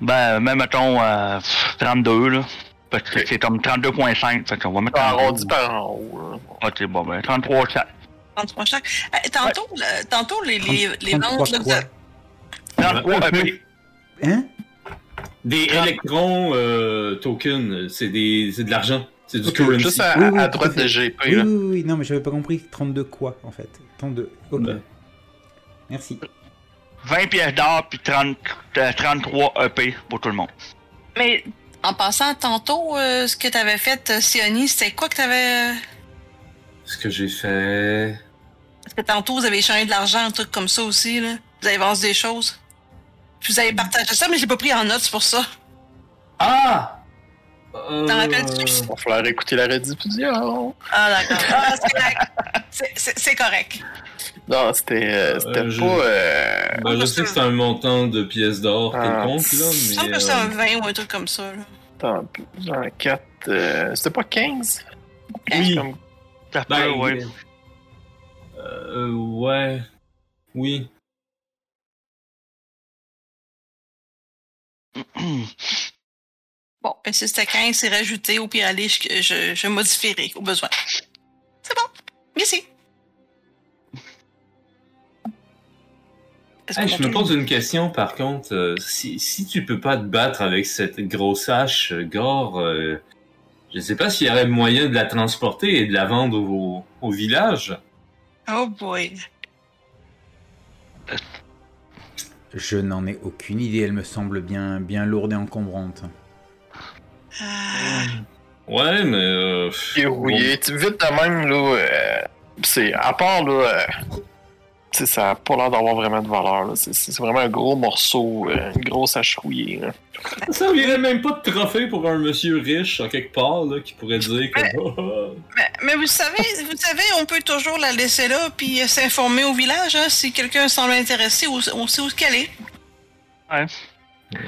S2: Ben, même mettons euh, pff, 32, là. Parce que
S4: Ok.
S2: c'est comme 32.5. Fait qu'on va mettre.
S4: Ah,
S2: 32.
S4: arrondi par en haut. hein. là.
S2: Ok, bon, ben, 33
S1: 33 chaque. Eh, tantôt, le- tantôt les, les, les ventes, là,
S5: 33
S1: vous avez-
S3: Ouais.
S2: 33 EP.
S5: Hein
S3: Des
S1: Ah.
S3: électrons euh, tokens, c'est des, c'est de l'argent. C'est du currency.
S4: Juste à,
S5: Oui, oui,
S4: à
S5: tout à
S4: droite
S5: fait.
S4: de GP.
S5: oui,
S4: là.
S5: oui, oui, non, mais j'avais pas compris. 32 quoi, en fait 32, ok.
S3: Ouais.
S5: Merci.
S2: 20 pièces d'or, puis 30, euh, 33 EP pour tout le monde.
S1: Mais en passant, tantôt, euh, ce que t'avais fait, euh, Sioni, c'était quoi que t'avais.
S3: Ce que j'ai fait...
S1: Parce que tantôt, vous avez échangé de l'argent, un truc comme ça aussi, là. Vous avez vendu des choses. Puis vous avez partagé ça, mais j'ai pas pris en note, c'est pour ça.
S3: Ah! Euh...
S1: T'en rappelles-tu?
S4: Il va falloir écouter la rediffusion.
S1: Ah, d'accord. Ah, c'est correct. C'est- c'est- C'est correct.
S4: Non, c'était euh, c'était
S3: Euh, je-
S4: pas. euh,
S1: Ah,
S3: Ben, je sais que c'est un montant de pièces d'or
S4: Ah.
S3: quelconque,
S1: Il me semble que c'est
S3: là,
S1: un
S3: mais... euh,
S1: 20 ou un truc comme ça, là.
S4: Attends, dans 4. euh, c'était pas 15?
S3: Oui.
S4: Comme-
S2: Ça peut,
S3: Ben,
S2: ouais.
S3: Euh, ouais. Oui.
S1: Bon, ben, si c'était 15, c'est rajouté, au pire, allez, je, je, je modifierai au besoin. C'est bon. Merci. Est-ce
S3: Hey,
S1: qu'on
S3: je me
S1: tourne?
S3: pose une question, par contre. euh, si, si tu peux pas te battre avec cette grosse hache, euh, Gore, euh, je sais pas s'il y aurait moyen de la transporter et de la vendre au, au village.
S1: Oh boy.
S5: Je n'en ai aucune idée, elle me semble bien, bien lourde et encombrante.
S1: Ah,
S3: Ouais, mais... Euh, pff,
S4: Qui est rouillé. Tu- Vite de même, là. euh, c'est à part, là. euh, tu sais, ça a pas l'air d'avoir vraiment de valeur. là. C'est- C'est vraiment un gros morceau, euh, une grosse hache rouillée. là.
S3: bon, ça servirait même pas de trophée pour un monsieur riche, en quelque part, là, qui pourrait dire que... oh,
S1: mais, Ben, mais vous savez, vous savez, on peut toujours la laisser là puis euh, s'informer au village hein, si quelqu'un semble intéressé, on, on sait où qu'elle est.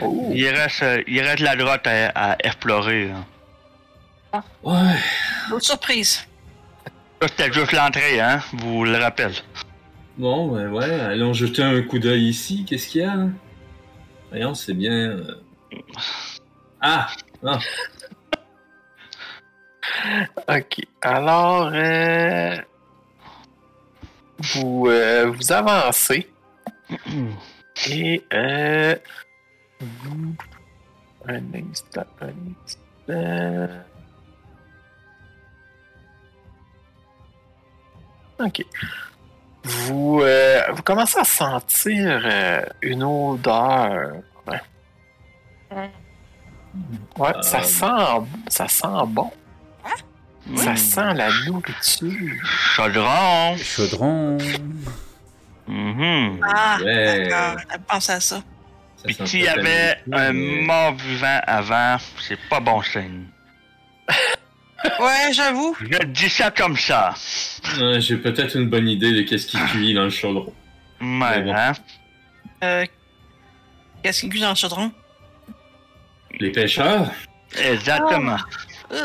S4: Oh.
S2: Il reste, euh, il reste de la grotte à, à explorer. hein. là.
S3: Ouais.
S1: Autre surprise.
S2: Ça, c'était juste l'entrée, hein, vous le rappelle.
S3: Bon, ben ouais, allons jeter un coup d'œil ici. Qu'est-ce qu'il y a? hein? Voyons, c'est bien. euh. Ah!
S4: Ok. Alors, euh, vous, euh, vous avancez et euh, vous- un instant, un instant. Ok. Vous, euh, vous commencez à sentir euh, une odeur. Ouais. Ouais,
S3: Euh,
S4: ça sent, ça sent bon. Ça sent la nourriture.
S2: Hmm. Chaudron.
S5: Chaudron.
S2: Mhm.
S1: Ah,
S3: Ouais.
S1: d'accord. Je pense à ça.
S3: ça
S2: Puis
S3: sent
S2: s'il y
S3: peut-être
S2: avait euh,
S3: la
S2: un
S3: nourriture,
S2: mort vivant avant, c'est pas bon signe.
S1: Ouais, j'avoue.
S2: Je dis ça comme ça.
S3: mais- Ouais, J'ai peut-être une bonne idée de qu'est-ce qui cuit dans le chaudron.
S2: Ouais,
S3: bon.
S2: hein.
S1: Euh, Qu'est-ce qu'il y a dans le chaudron?
S3: Les pêcheurs?
S2: Exactement.
S1: Ugh.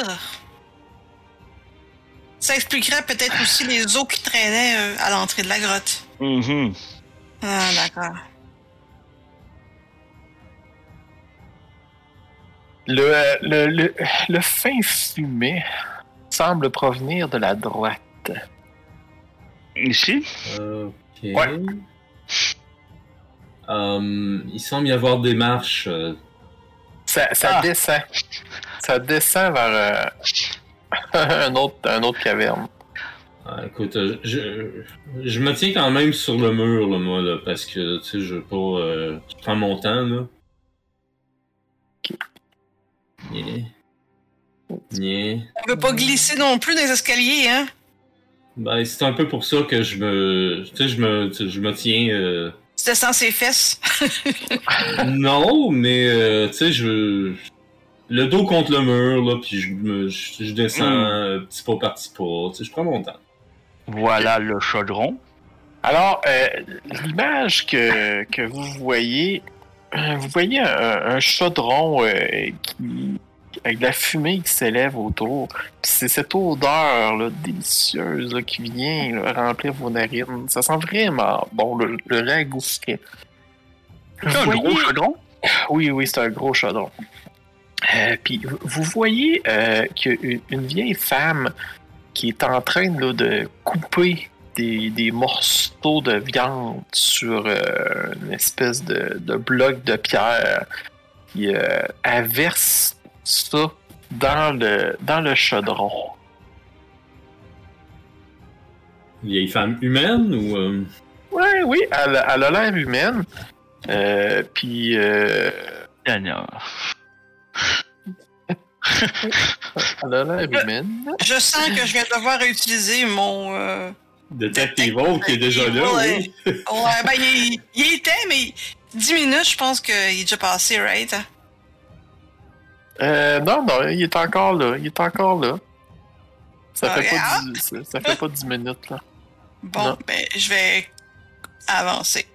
S1: Ça expliquerait peut-être aussi les eaux qui traînaient euh, à l'entrée de la grotte.
S2: Mhm.
S1: Ah, d'accord.
S4: Le, le, le, le fin fumé semble provenir de la droite.
S2: Ici?
S3: Ok.
S4: Ouais.
S3: Euh, il semble y avoir des marches. euh,
S4: Ça, ça
S2: Ah.
S4: descend. Ça descend vers euh, [LAUGHS] un autre, un autre caverne.
S3: Ah, écoute, euh, je, je me tiens quand même sur le mur, là, moi, là, parce que, tu sais, je veux pas... euh, je prends mon temps, là.
S4: Ok.
S3: Yeah. Yeah.
S1: On veut pas
S4: Mm.
S1: glisser non plus dans les escaliers, hein?
S3: Ben, c'est un peu pour ça que je me... Tu sais, je me, tu sais, je me tiens... euh,
S1: Tu descends ses fesses.
S3: non, mais, euh, tu sais, je... Le dos contre le mur, là, puis je, me, je, je descends
S2: Mm.
S3: euh, petit pas par petit pas. Tu sais, je prends mon temps.
S2: Voilà le chaudron.
S4: Alors, euh, l'image que, que vous voyez, euh, vous voyez un, un chaudron euh, qui, avec de la fumée qui s'élève autour. Puis C'est cette odeur là, délicieuse là, qui vient là, remplir vos narines. Ça sent vraiment bon, le, le ragoût frais.
S2: C'est un
S4: Vous
S2: gros
S4: voyez-
S2: chaudron?
S4: oui, oui, c'est un gros chaudron. Euh, Puis vous- vous voyez euh, qu'une une vieille femme qui est en train là, de couper des, des morceaux de viande sur euh, une espèce de, de bloc de pierre. Puis euh, elle verse ça dans le, dans le chaudron.
S3: Vieille femme humaine, ou... euh,
S4: Ouais, oui, elle, elle a l'air humaine. Euh, Puis euh,
S2: Non, non.
S4: elle a l'air humaine.
S1: Je sens que je vais devoir réutiliser mon. euh,
S3: Detective Old qui est déjà là,
S1: Ouais.
S3: oui.
S1: Ouais, ben, il, il était, mais 10 minutes, je pense qu'il est déjà passé, right?
S4: Euh, non, non, il est encore là. Il est encore là. Ça,
S1: Ah,
S4: fait, pas
S1: ah.
S4: dix, ça, ça fait pas 10 minutes, là.
S1: Bon,
S4: Non.
S1: ben, je vais avancer.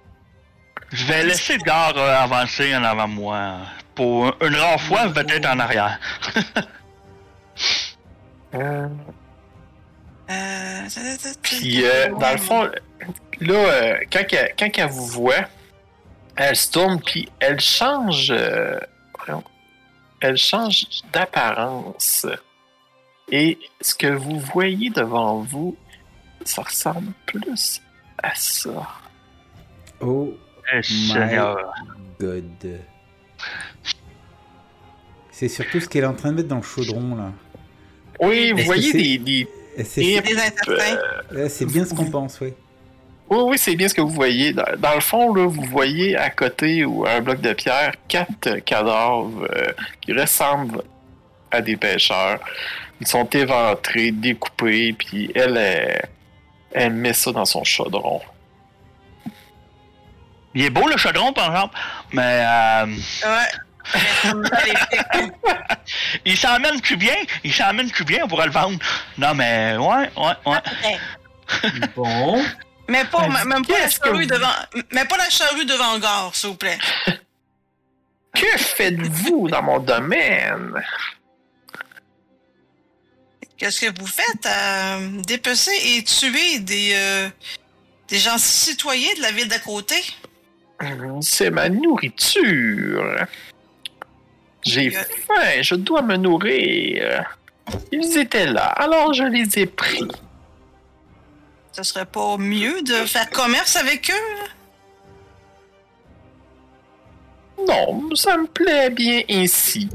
S2: Je vais laisser Gar euh, avancer en avant de moi. Pour une rare fois, peut-être en arrière.
S1: Euh...
S4: Puis, euh, dans le fond, là, euh, quand, qu'elle, quand qu'elle vous voit, elle se tourne, puis elle change. euh, voyons, elle change d'apparence. Et ce que vous voyez devant vous, ça ressemble plus à ça.
S5: Oh
S2: Eh, Seigneur.
S5: god. C'est surtout ce qu'elle est en train de mettre dans le chaudron là.
S4: Oui, vous
S5: Est-ce que
S4: voyez
S5: c'est-
S4: des, des-
S5: Et c'est-
S4: Et-
S1: Les intestins.
S5: euh, C'est bien ce qu'on pense, ouais.
S4: Oui, oui, c'est bien ce que vous voyez. Dans, dans le fond, là, vous voyez à côté ou à un bloc de pierre quatre cadavres euh, qui ressemblent à des pêcheurs. Ils sont éventrés, découpés, puis elle, elle, elle met ça dans son chaudron.
S2: Il est beau le chaudron, par exemple. Mais euh,
S4: [LAUGHS]
S1: Ouais.
S2: il s'emmène tu bien. Il s'emmène tu bien pour le vendre. Non, mais ouais, ouais, ouais.
S3: Bon.
S1: mais pas, même pas la
S4: Qu'est-ce que
S1: charrue
S4: vous-
S1: devant. Mais pas la charrue devant Gore, s'il vous plaît.
S4: Que faites-vous dans mon domaine?
S1: Qu'est-ce que vous faites? Euh, dépecer et tuer des, euh, des gens citoyens de la ville d'à côté?
S4: C'est ma nourriture. J'ai
S1: Euh.
S4: faim, je dois me nourrir. Ils étaient là, alors je les ai pris.
S1: Ce serait pas mieux de faire commerce avec eux?
S4: Non, ça me plaît bien ainsi.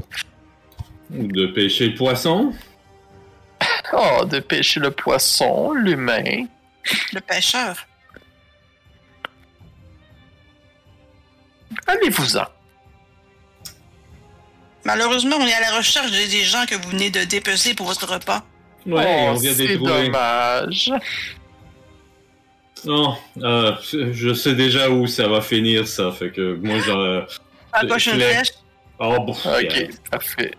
S3: De pêcher le poisson.
S4: Oh, de pêcher le poisson, l'humain.
S1: Le pêcheur.
S4: Allez-vous-en.
S1: Malheureusement, on est à la recherche des des gens que vous venez de dépecer pour votre repas.
S3: Ouais,
S4: Oh,
S3: on vient de les
S4: c'est
S3: trouver.
S4: dommage.
S3: Non, euh, je sais déjà où ça va finir, ça. Fait que moi, je. [LAUGHS]
S1: À
S3: Euh,
S1: la prochaine
S3: Claire.
S1: flèche.
S3: Oh, bon.
S4: Ok, parfait.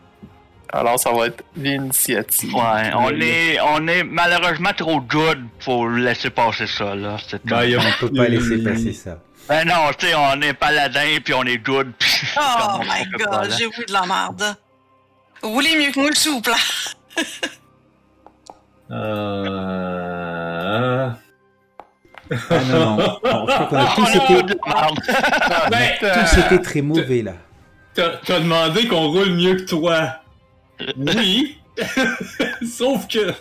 S4: Alors, ça va être l'initiative.
S2: Ouais, on
S3: Oui.
S2: est, on est malheureusement trop good pour laisser passer ça, là. C'est comme-
S3: Bah, il y a-
S5: On peut pas laisser passer ça.
S2: Ben non, tu sais, on est paladin, puis on est good. puis c'est
S1: Oh
S2: comme on
S1: my
S2: peut pas,
S1: god,
S2: là.
S1: j'ai voulu de la merde. Roulez mieux que moi, s'il vous plaît.
S3: Euh...
S5: Ah non, non. non, je crois qu'on a
S2: Oh,
S5: tous
S2: non,
S5: été,
S2: de la merde. [LAUGHS]
S4: Ah,
S3: Ben,
S5: tous été très mauvais là.
S3: T'as t'as demandé qu'on roule mieux que toi. Oui. [LAUGHS] Sauf que.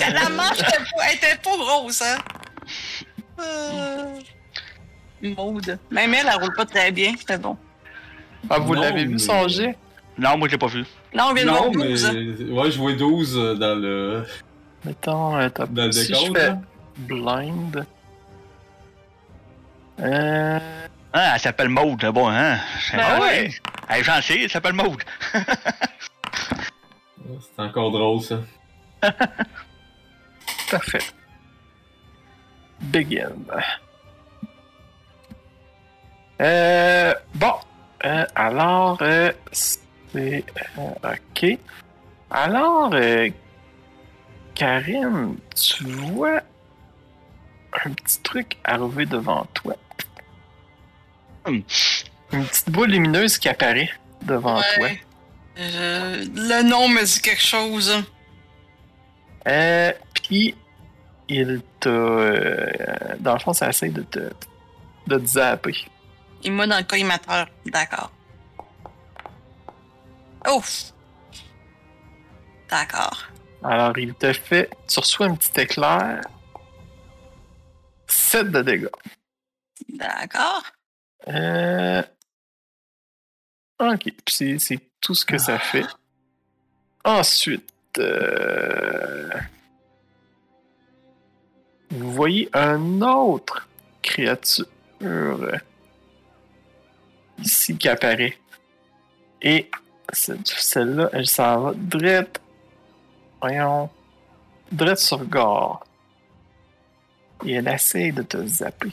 S1: La manche était pas, était pas grosse, hein? Euh... Maude. Même elle, elle roule pas très bien, c'est bon.
S4: Ah, vous
S3: Non,
S4: l'avez vu
S3: mais-
S4: songer?
S2: Non, moi, j'ai pas vu.
S1: Là, on vient de voir
S3: Non,
S1: 12.
S4: hein.
S3: mais. Ouais, je vois 12 euh, dans le.
S4: Mettons, euh, t'as-
S3: Dans le
S4: si je
S3: décompte,
S4: fais
S3: là.
S4: blind. Euh...
S2: Ah, elle s'appelle Maud, là, bon, hein.
S4: Ah
S1: Ah
S4: ouais!
S2: Elle est gentille, elle s'appelle Maud.
S3: C'est encore drôle, ça.
S4: Parfait. Begin. Euh, bon. Euh, alors, euh, c'est. euh, ok. Alors, euh, Karine, tu vois un petit truc arriver devant toi.
S2: Hmm.
S4: Une petite boule lumineuse qui apparaît devant toi.
S1: Ouais. Je- Le nom me dit quelque chose. hein.
S4: Euh, puis il t'a. euh, dans le fond, ça essaie de te. de te zapper.
S1: Il m'a dans le collimateur. D'accord. Ouf! D'accord.
S4: Alors il te fait. Tu reçois un petit éclair. 7 de dégâts.
S1: D'accord.
S4: Euh. Ok, puis c'est c'est tout ce que ça fait. Ensuite. euh, Vous voyez un autre créature euh, ici qui apparaît. Et ce- celle-là, elle s'en va drette. Voyons. Drette sur Gore. Et elle essaie de te zapper.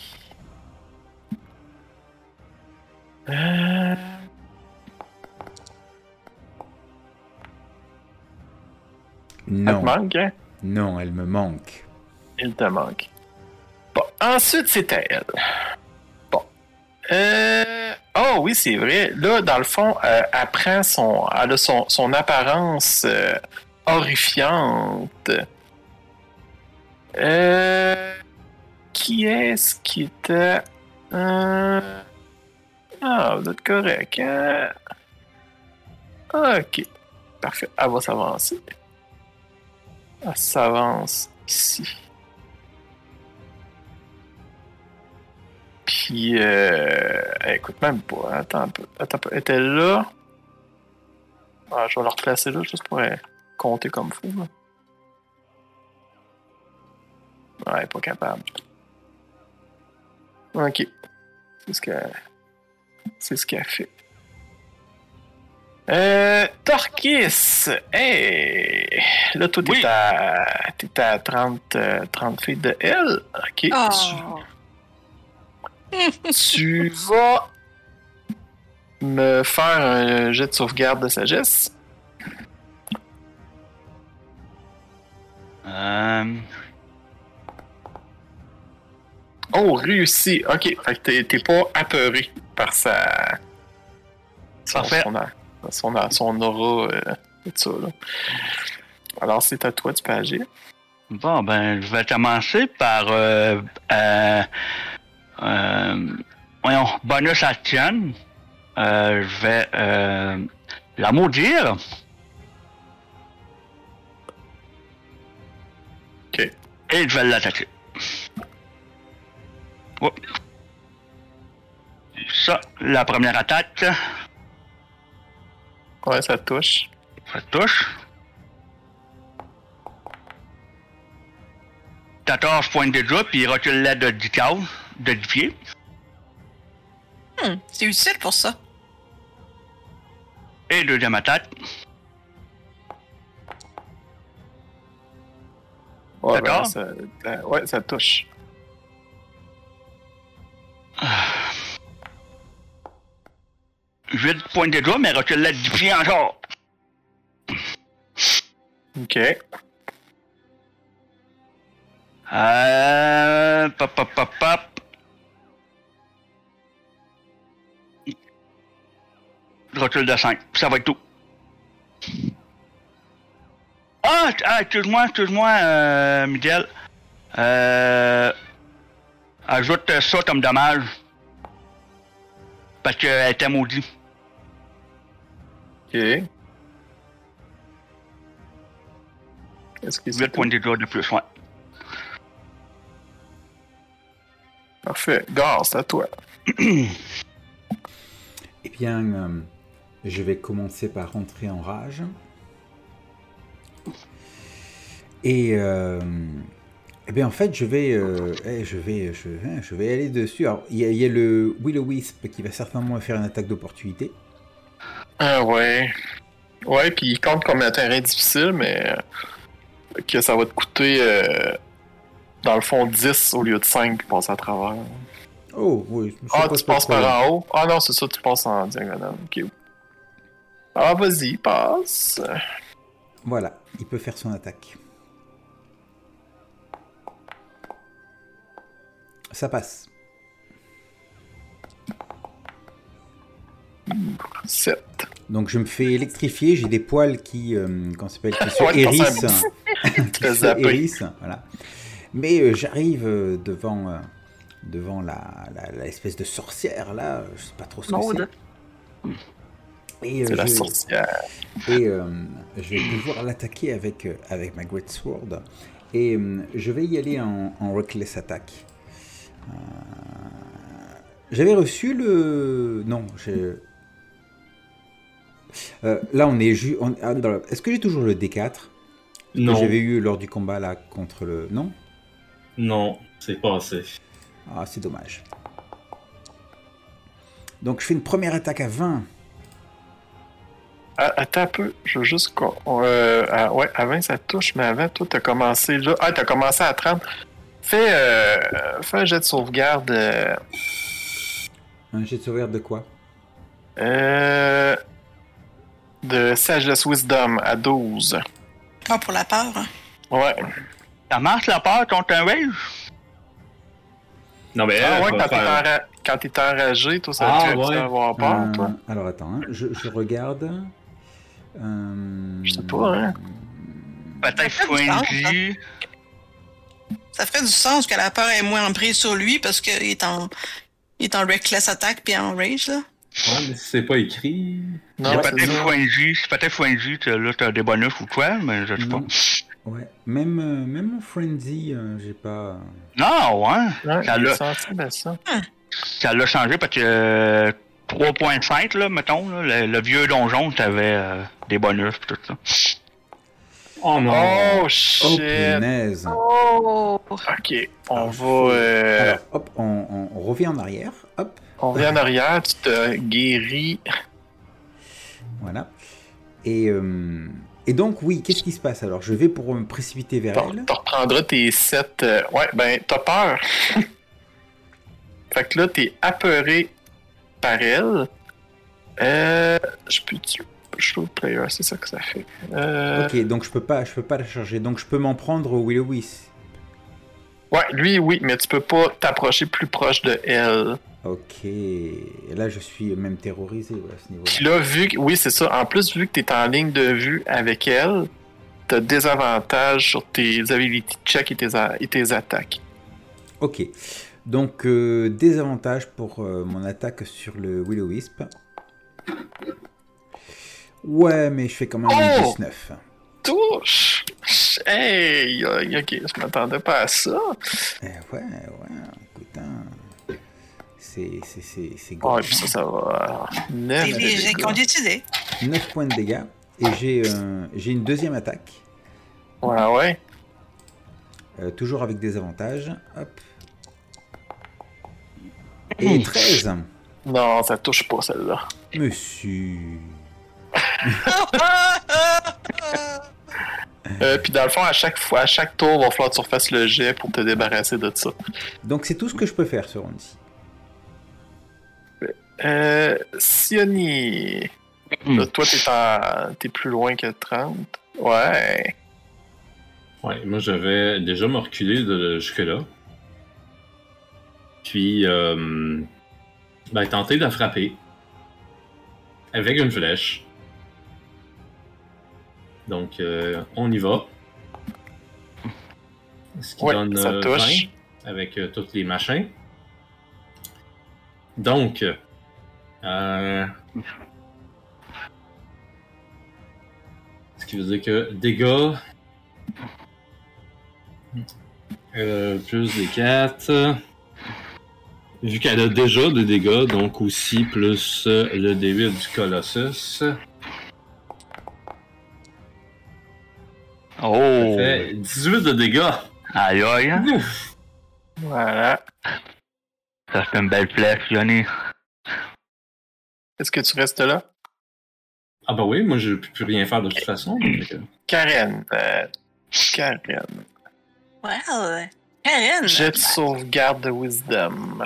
S4: Euh. Elle te
S5: Non,
S4: manque, hein?
S5: non, elle me manque.
S4: Il te manque. Bon, ensuite, c'est à elle. Bon. Euh... Oh oui, c'est vrai. Là, dans le fond, euh, elle prend son... Elle a son, son apparence euh, horrifiante. Euh... Qui est-ce qui était... Euh... Ah, vous êtes correct. hein? Ok. Parfait. Elle va s'avancer. Elle s'avance ici. Puis, euh, écoute, même pas. hein, Attends un peu. Attends un peu. Elle était là. Ah, je vais la replacer là, juste pour euh, compter comme fou. Là. Ouais, Ah, elle est pas capable. Ok. C'est ce qu'elle. C'est ce qu'elle fait. Euh. Torquis! Hey! Là, toi, t'es
S2: Oui.
S4: à. T'es à 30, euh, 30 feet de L. Ok. Tu-
S1: Oh!
S4: tu vas me faire un jet de sauvegarde de sagesse.
S2: Euh...
S4: Oh, réussi. Ok, fait que t'es- t'es pas apeuré par sa, son,
S2: Parfait.
S4: son, son, son aura euh, et tout ça. là. Alors, c'est à toi, tu peux agir.
S2: Bon, ben, je vais commencer par. Euh, euh, euh, voyons, bonus action. Euh, je vais euh, la maudire.
S4: Ok.
S2: Et je vais l'attaquer. Oups. Ça, la première attaque,
S4: Ouais, ça touche.
S2: ça touche. 14 points de dégâts, puis il recule là de 10 cases, de 10 pieds.
S1: Hmm, c'est utile pour ça.
S2: Et deuxième attaque,
S4: Ouais,
S2: D'accord.
S4: ben, ça, euh, ouais, ça touche.
S2: Huit points de dégâts, mais recule là 10 pieds encore.
S4: Ok.
S2: Euh. Pop, pop, pop, pop. Recule de 5. Ça va être tout. Ah, t- ah, excuse-moi, excuse-moi, euh, Miguel. Euh. Ajoute ça comme dommage. Parce qu'elle était maudite.
S4: Ok. Est-ce que c'est
S2: 8 points de dégâts de plus, ouais.
S4: Parfait. Gare, c'est à toi.
S5: Eh bien, euh, je vais commencer par rentrer en rage. Et euh, eh bien, en fait, je vais, euh, eh, je vais, je, hein, je vais aller dessus. Alors, il y, a- il y a le Willow Wisp qui va certainement faire une attaque d'opportunité.
S4: Ah ouais. Ouais, puis il compte comme un terrain difficile, mais euh, que ça va te coûter euh, dans le fond 10 au lieu de 5 pour passer à travers.
S5: Oh, oui. je sais
S4: Ah,
S5: pas
S4: tu
S5: trop
S4: passes
S5: quoi, là.
S4: par en haut? Ah non, c'est ça, tu passes en diagonale. Ok. Ah, vas-y, passe.
S5: Voilà, il peut faire son attaque. Ça passe.
S4: 7.
S5: Donc je me fais électrifier, j'ai des poils qui, euh, qu'on s'appelle, qui se
S4: Ouais, je pensais à
S5: hérissent.
S4: Tu fais
S5: se
S4: zapper.
S5: hérisse, voilà. Mais euh, j'arrive euh, devant, euh, devant la, la- la espèce de sorcière là, euh, je sais pas trop ce que
S1: Maude.
S5: c'est. Et, euh,
S4: C'est la
S5: je,
S4: sorcière.
S5: et, euh, je vais pouvoir l'attaquer avec, euh, avec ma Great Sword. Et euh, je vais y aller en, en Reckless Attack. Euh, J'avais reçu le. Non, j'ai. Euh, là, on est juste. Est-ce que j'ai toujours le D4 que
S3: Non,
S5: j'avais eu lors du combat là contre le. Non
S3: non, c'est passé.
S5: Ah, c'est dommage. Donc je fais une première attaque à 20.
S4: Ah, attends un peu, je veux juste qu'on. on, euh, ah, ouais, avant ça touche, mais avant, toi, t'as commencé là. Ah, t'as commencé à 30. Fais, euh, fais un jet de sauvegarde. euh,
S5: Un jet de sauvegarde de quoi
S4: Euh, de Sagesse Wisdom à 12.
S1: Pas pour la peur. hein.
S4: Ouais. Ah,
S2: Ça marche la peur contre un rage?
S3: Non, mais
S4: Ah
S3: elle
S4: ouais,
S3: va
S4: quand t'es
S3: faire-
S4: enra- quand t'es enragé, toi, ça
S3: Ah
S4: tu vas
S3: ouais.
S4: avoir peur,
S5: Euh,
S4: toi.
S5: Alors attends, hein, je, je regarde. Euh,
S4: Je sais pas, hein.
S2: Peut-être
S1: Ça fait du sens, ça.
S2: Frenzy.
S1: Ça ferait du sens que la peur ait moins en prise sur lui parce qu'il est en, il est en reckless attack puis en rage, là.
S3: Ouais, mais c'est pas écrit.
S2: C'est
S4: Non, c'est
S2: peut-être
S4: ça.
S2: Frenzy, c'est peut-être Frenzy, t'as- là t'as des bonus ou quoi, mais je sais pas.
S4: Mhm.
S5: Non. Ouais, même, euh, même en Frenzy, euh, j'ai pas.
S2: Non, hein?
S4: Ouais,
S2: Ça
S4: il est
S2: l'a-
S4: sensible à ça.
S2: Ça l'a changé parce que euh, 3.5, là, mettons, là, le, le vieux donjon, t'avais euh, des bonus pis tout ça.
S3: Oh non.
S4: Oh
S5: Oh,
S4: shit!
S5: punaise
S1: Oh!
S4: Ok, on
S5: Ah,
S4: va. euh,
S5: Alors, hop, on, on- on revient en arrière. Hop,
S4: on revient en arrière, tu te guéris.
S5: voilà. Et, euh, et donc, oui, qu'est-ce qui se passe alors Je vais pour me précipiter vers elle.
S4: Tu reprendras tes 7. ouais, ben, t'as peur. fait que là, t'es apeuré par elle. Euh. Je peux-tu. Show player, c'est ça que ça fait. Euh,
S5: Ok, donc je peux pas, je peux pas la charger. Donc je peux m'en prendre au Willow Wisp.
S4: Ouais, lui, oui, mais tu peux pas t'approcher plus proche de elle.
S5: Ok. Et là, je suis même terrorisé ouais, à ce
S4: Puis
S5: niveau-là.
S4: là, vu que, oui, c'est ça. En plus, vu que t'es en ligne de vue avec elle, t'as des avantages sur tes ability check et tes, a- et tes attaques.
S5: Ok. Donc, euh, désavantage pour euh, mon attaque sur le Willow Wisp. Ouais, mais je fais quand même un
S4: Oh
S5: 19.
S4: Touche! Hey! euh, Ok, je m'attendais pas à ça.
S5: Eh ouais, ouais, putain. C'est, c'est, c'est, c'est
S4: Oh,
S5: gros.
S4: et puis ça, ça va. euh, Neuf
S1: C'est
S4: de
S1: léger
S4: dégâts.
S1: qu'on décidait.
S5: 9 points de dégâts. Et j'ai, euh, j'ai une deuxième attaque.
S4: Ouais, ouais.
S5: Euh, toujours avec des avantages. Hop. Et 13.
S4: Non, ça touche pas celle-là.
S5: Monsieur.
S4: Euh, puis dans le fond, à chaque fois, à chaque tour, il va falloir que tu refasses le jet pour te débarrasser de ça.
S5: Donc c'est tout ce que je peux faire ce round-ci.
S4: Euh, Sioni.
S2: Hmm.
S4: Là, toi, t'es, en- t'es plus loin que 30. Ouais.
S3: Ouais, moi j'avais déjà me reculé de, jusque-là. Puis, euh, ben, tenter de la frapper avec une flèche. Donc, euh, on y va. Ce qui
S4: Ouais,
S3: donne
S4: ça
S3: euh,
S4: touche.
S3: 20 avec euh, tous les machins. Donc, euh, ce qui veut dire que dégâts, euh, plus des 4. Vu qu'elle a déjà des dégâts, donc aussi plus euh, le D8 du Colossus.
S2: Oh!
S3: Fait 18 de dégâts. Ah,
S2: Aïe aïe! hein?
S4: Voilà.
S2: Ça, c'est une belle flèche, Johnny.
S4: Est-ce que tu restes là?
S3: Ah bah oui, moi je peux plus rien faire de toute façon. donc, euh,
S4: Karen. euh, Karen.
S1: well, Karen.
S4: Jet de sauvegarde de wisdom.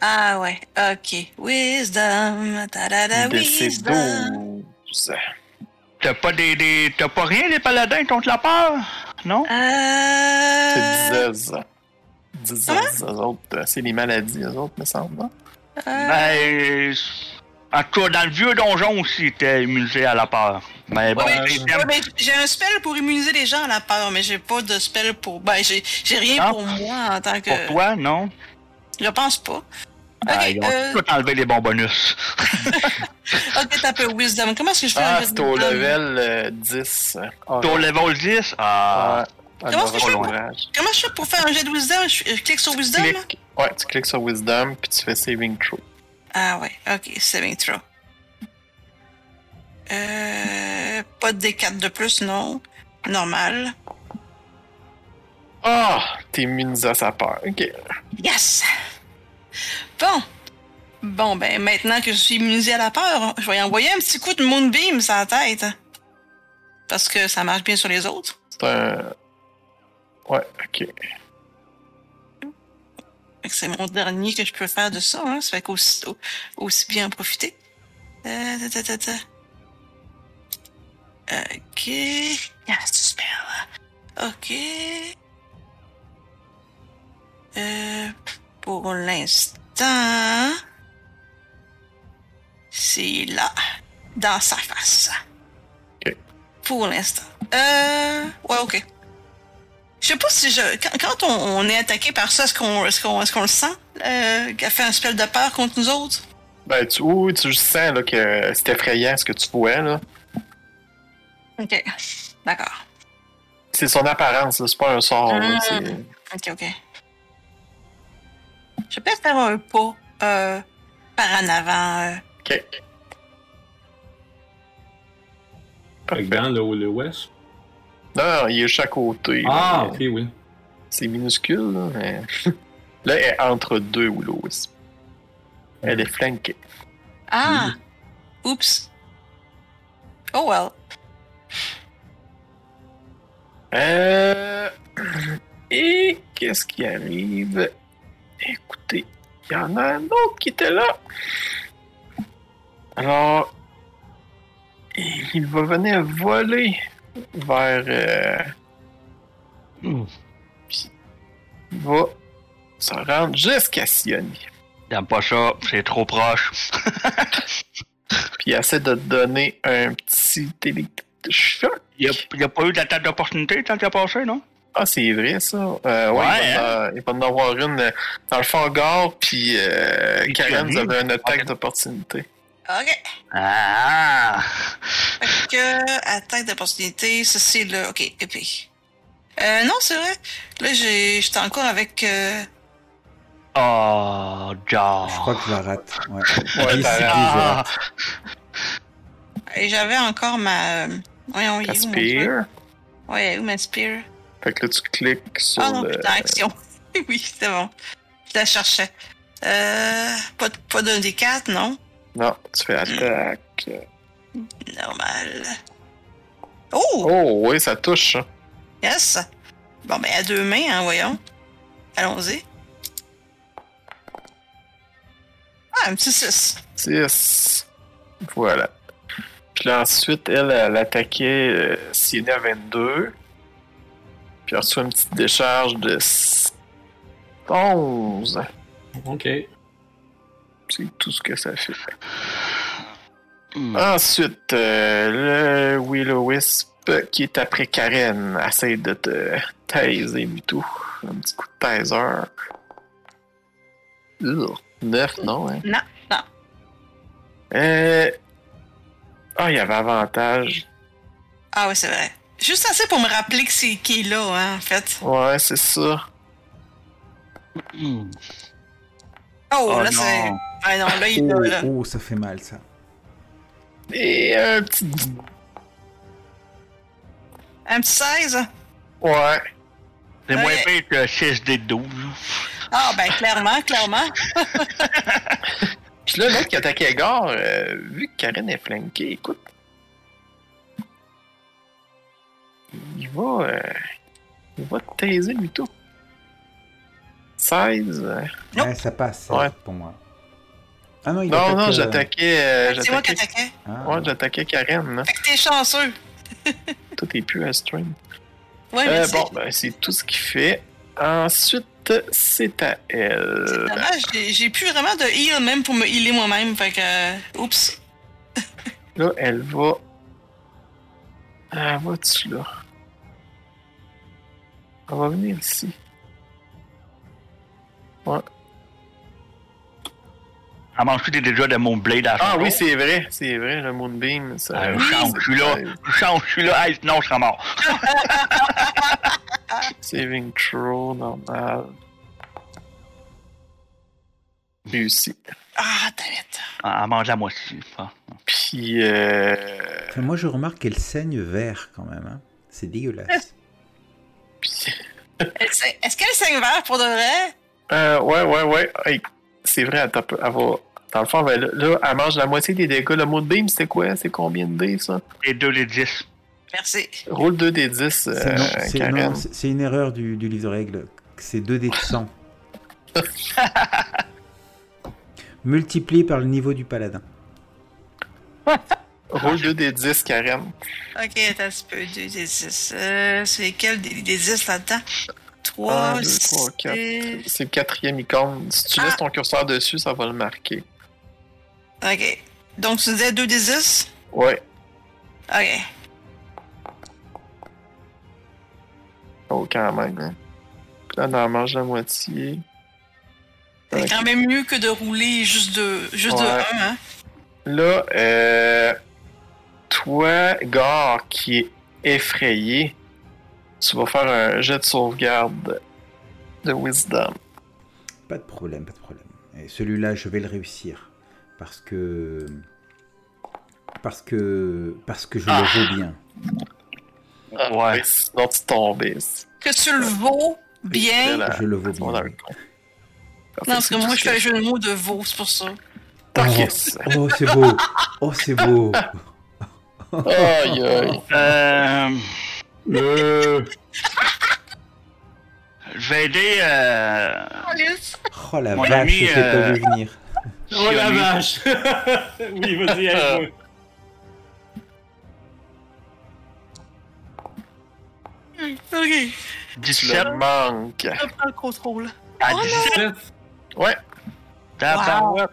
S1: Ah ouais, ok. Wisdom. Ta-da-da,
S4: DC
S1: wisdom.
S4: 12.
S2: T'as pas des, des- T'as pas rien des paladins contre la peur? Non?
S4: C'est
S1: Euh, hein?
S4: 10. 10 eux autres. euh, C'est les maladies, eux autres, me semble. non?
S1: euh,
S2: Ben. En tout cas, dans le vieux donjon aussi, t'es immunisé à la peur. Mais bon,
S1: Ouais,
S3: mais-
S2: les
S1: ouais,
S2: thèmes-
S1: mais j'ai un spell pour immuniser les gens à la peur, mais j'ai pas de spell pour. Ben, j'ai j'ai rien
S2: Ah.
S1: pour moi en tant que.
S2: pour toi, non?
S1: Je pense pas.
S2: Ah,
S1: Ok,
S2: ils ont
S1: euh,
S2: tout enlevé les bons bonus.
S1: ok, t'as un peu wisdom. Comment est-ce que je fais un
S4: Ah, c'est
S1: wisdom?
S4: au level euh, 10. Ah,
S2: Ton level 10, ah,
S4: ah, ah,
S1: Comment ça,
S4: le
S1: je-
S4: recourage.
S1: Comment je fais pour faire un jet de wisdom? Je, je clique sur wisdom? là?
S4: Clique. Ouais, tu cliques sur Wisdom, puis tu fais Saving Throw.
S1: Ah ouais, ok, saving throw. Euh, pas de D4 de plus, non. Normal.
S4: Ah! T'es immunisé à sa peur. Ok.
S1: Yes! Bon. Bon, ben, maintenant que je suis immunisée à la peur, je vais y envoyer un petit coup de Moonbeam sur la tête. Parce que ça marche bien sur les autres.
S4: C'est un. Ouais, ok.
S1: Fait que C'est mon dernier que je peux faire de ça, hein. Ça fait qu'aussi au- aussi bien en profiter. Euh, ta, ta, ta, ta. Ok. Ah, c'est spell. Ok. Euh, pour l'instant, c'est là, dans sa face.
S4: Ok.
S1: Pour l'instant. Euh, ouais, ok. Je sais pas si je. Quand, quand on, on est attaqué par ça, est-ce qu'on est qu'on est qu'on le sent? Euh, qu'elle fait un spell de peur contre nous autres?
S4: Ben, tu, oui, tu sens là, que c'est effrayant ce que tu vois. là.
S1: Ok. D'accord.
S4: C'est son apparence, là, c'est pas un sort. là,
S1: Ah.
S4: c'est-
S1: Ok, ok. Je vais faire un pas euh, par en avant. euh.
S4: Ok.
S3: fait que
S4: Parfait.
S3: dans le, le West.
S4: Non, non, il est de chaque côté. là.
S3: Ah, ok, oui.
S4: C'est minuscule, là, mais. [LAUGHS] là, elle est entre deux Willows. Elle est flanquée.
S1: Ah! Oups. Oh well.
S4: Euh... [CLEARS THROAT] Et qu'est-ce qui arrive? Écoutez, il y en a un autre qui était là. Alors, il va venir voler vers... euh,
S2: Hmm.
S4: Il va se rendre jusqu'à Sioni.
S2: J'aime pas ça, c'est trop proche. [LAUGHS]
S4: Puis il essaie de te donner un petit électrochoc.
S2: Il n'y a, pas eu d'attaque d'opportunité tant qu'il a passé, non?
S4: Ah, c'est vrai, ça. Euh, ouais,
S2: Ouais,
S4: il, va,
S1: hein?
S4: en- il va en avoir une euh, dans le fond gore, puis euh,
S2: Il
S4: Karen, vous
S2: tient.
S4: avez une attaque
S2: Ok.
S4: d'opportunité.
S1: OK.
S2: Ah!
S1: Fait que, attaque d'opportunité, ça c'est le. Ok, épée. Euh, non, c'est vrai. Là, j'ai- j'étais encore avec. euh,
S2: Oh, genre.
S5: Je crois que je la rate. Ouais. Oh,
S4: Ouais,
S5: Dix,
S4: t'as-
S5: dix, je
S2: Ah.
S5: rate.
S1: Et j'avais encore ma. euh, Voyons, il est
S4: Ta
S1: où mon truc?
S4: spear.
S1: Ouais, où ma spear?
S4: Fait que là, tu cliques sur
S1: Ah non,
S4: le...
S1: putain, action. [LAUGHS] oui, c'est bon. Je la cherchais. Euh, pas, de- pas d'un des quatre, non?
S4: Non, tu fais attaque.
S1: Normal. Oh!
S4: Oh, oui, ça touche. ça.
S1: Yes! Bon, ben à deux mains, hein, voyons. Allons-y. Ah, un petit 6.
S4: 10. Voilà. Puis là, ensuite, elle, elle attaquait euh, Sienna à 22. Puis elle reçoit une petite décharge de s- 11.
S3: Ok.
S4: C'est tout ce que ça fait.
S2: Hmm.
S4: Ensuite, euh, le Willow Wisp qui est après Karen essaie de te taiser du tout. Un petit coup de taiser. Ugh, Neuf, non, hein?
S1: Non, non.
S4: Euh... Ah, il y avait avantage.
S1: Ah oui, c'est vrai. Juste assez pour me rappeler que c'est qui est là, hein, en fait.
S4: Ouais, c'est ça.
S2: Hmm.
S1: Oh,
S2: Oh
S1: là, c'est.
S2: non.
S1: Ah non, là, il est
S5: Oh,
S1: là. là.
S5: oh, ça fait mal ça.
S4: Et un petit.
S1: Un petit 16.
S4: Ouais.
S2: C'est moins
S1: Ouais.
S2: pire que 6D12.
S1: Ah, ben, clairement, clairement.
S4: Puis là, l'autre qui attaquait Gare, euh, vu que Karen est flanquée, écoute. Il va. euh, il va te taiser, lui, tout. 16. euh,
S1: Nope.
S5: Ouais, ça passe ça,
S4: Ouais.
S5: pour moi. Ah non, il
S4: Non,
S5: attaque,
S4: non,
S5: euh,
S4: j'attaquais. euh,
S1: C'est moi qui
S4: j'attaquais-
S1: attaquais.
S5: ah,
S4: Ouais, j'attaquais Karen, là.
S1: Fait que t'es chanceux.
S4: Tout est plus à stream.
S1: Ouais,
S4: Euh,
S1: mais
S4: bon,
S1: bon,
S4: ben, c'est tout ce qu'il fait. Ensuite, c'est à elle.
S1: c'est dommage. j'ai- J'ai plus vraiment de heal même pour me healer moi-même. Fait que. euh, oups.
S4: Là, elle va. Ah, vas-tu là? Elle va venir ici.
S2: À mange des déjà de mon blade à
S4: Ah
S2: son
S4: oui,
S2: tour?
S4: c'est vrai, c'est vrai, le Moonbeam. Ça...
S2: Ah, je chante, je suis là. Je chante, je suis là. Hey, non, je serai mort.
S4: Saving throw, normal. Réussi.
S1: Ah, damn it.
S2: Ah, Elle mange la moitié. Ah.
S4: Puis, euh...
S5: Enfin, moi je remarque qu'elle saigne vert quand même. hein. C'est dégueulasse.
S4: puis-
S1: Elle saigne- Est-ce qu'elle saigne vert pour de vrai?
S4: Euh, ouais, ouais, ouais. Hey, c'est vrai, elle, tape- elle va. Dans le fond, ben, là, là, elle mange la moitié des dégâts. Le Moonbeam, c'est quoi? C'est combien de dés, ça?
S2: Et 2 des 10.
S1: Merci.
S4: Roule 2 des 10,
S5: C'est- non,
S4: [LAUGHS] euh,
S5: c'est-
S4: Karen.
S5: non, c'est c'est une erreur du, du livre de règles. C'est 2D
S4: [LAUGHS]
S5: de 100. Multiplié par le niveau du paladin.
S4: Roule 2 des 10, Karen.
S1: Ok, attends un petit peu. 2 des 10. Euh, c'est lesquels des, des 10 là-dedans? euh, 3,
S4: Un, deux, trois, quatre. C'est le quatrième icône. Si tu
S1: Ah.
S4: laisses ton curseur dessus, ça va le marquer.
S1: Ok. Donc, tu disais 2 des 10?
S4: Ouais.
S1: Ok.
S4: Oh, quand même. hein. Puis Là, on en mange la moitié.
S1: C'est quand même mieux que de rouler juste de, juste de
S4: Ouais.
S1: 1, hein?
S4: Là, euh, toi, Gar, qui est effrayé, tu vas faire un jet de sauvegarde de Wisdom.
S5: Pas de problème, pas de problème. Et celui-là, je vais le réussir. Parce que. Parce que. Parce que je
S2: Ah.
S5: le veux bien.
S2: Ouais.
S4: Ah, Sinon, tu tombes. C'est
S1: Que tu le vaux bien.
S2: Ah, bah,
S4: la-
S5: Je le vaux
S4: on a un
S5: bien.
S4: con.
S1: Non, parce que moi, je fais le jeu de mots de veau, c'est pour ça.
S4: Tarkus.
S5: Oh, c'est beau. Oh, c'est beau.
S4: Aïe, aïe.
S2: Euh,
S3: Euh,
S2: je vais aider. Euh,
S5: Oh la
S2: Mon
S5: vache,
S2: ami,
S5: je sais pas
S2: euh,
S5: d'où venir.
S3: oh [LAUGHS] la
S2: Sioni.
S3: vache! [LAUGHS] oui, vas-y, allez, moi.
S1: Ok,
S2: 17.
S4: Le manque.
S1: je prends le contrôle.
S2: À
S1: Oh non.
S2: 17,
S4: Ouais.
S2: Tabarouette.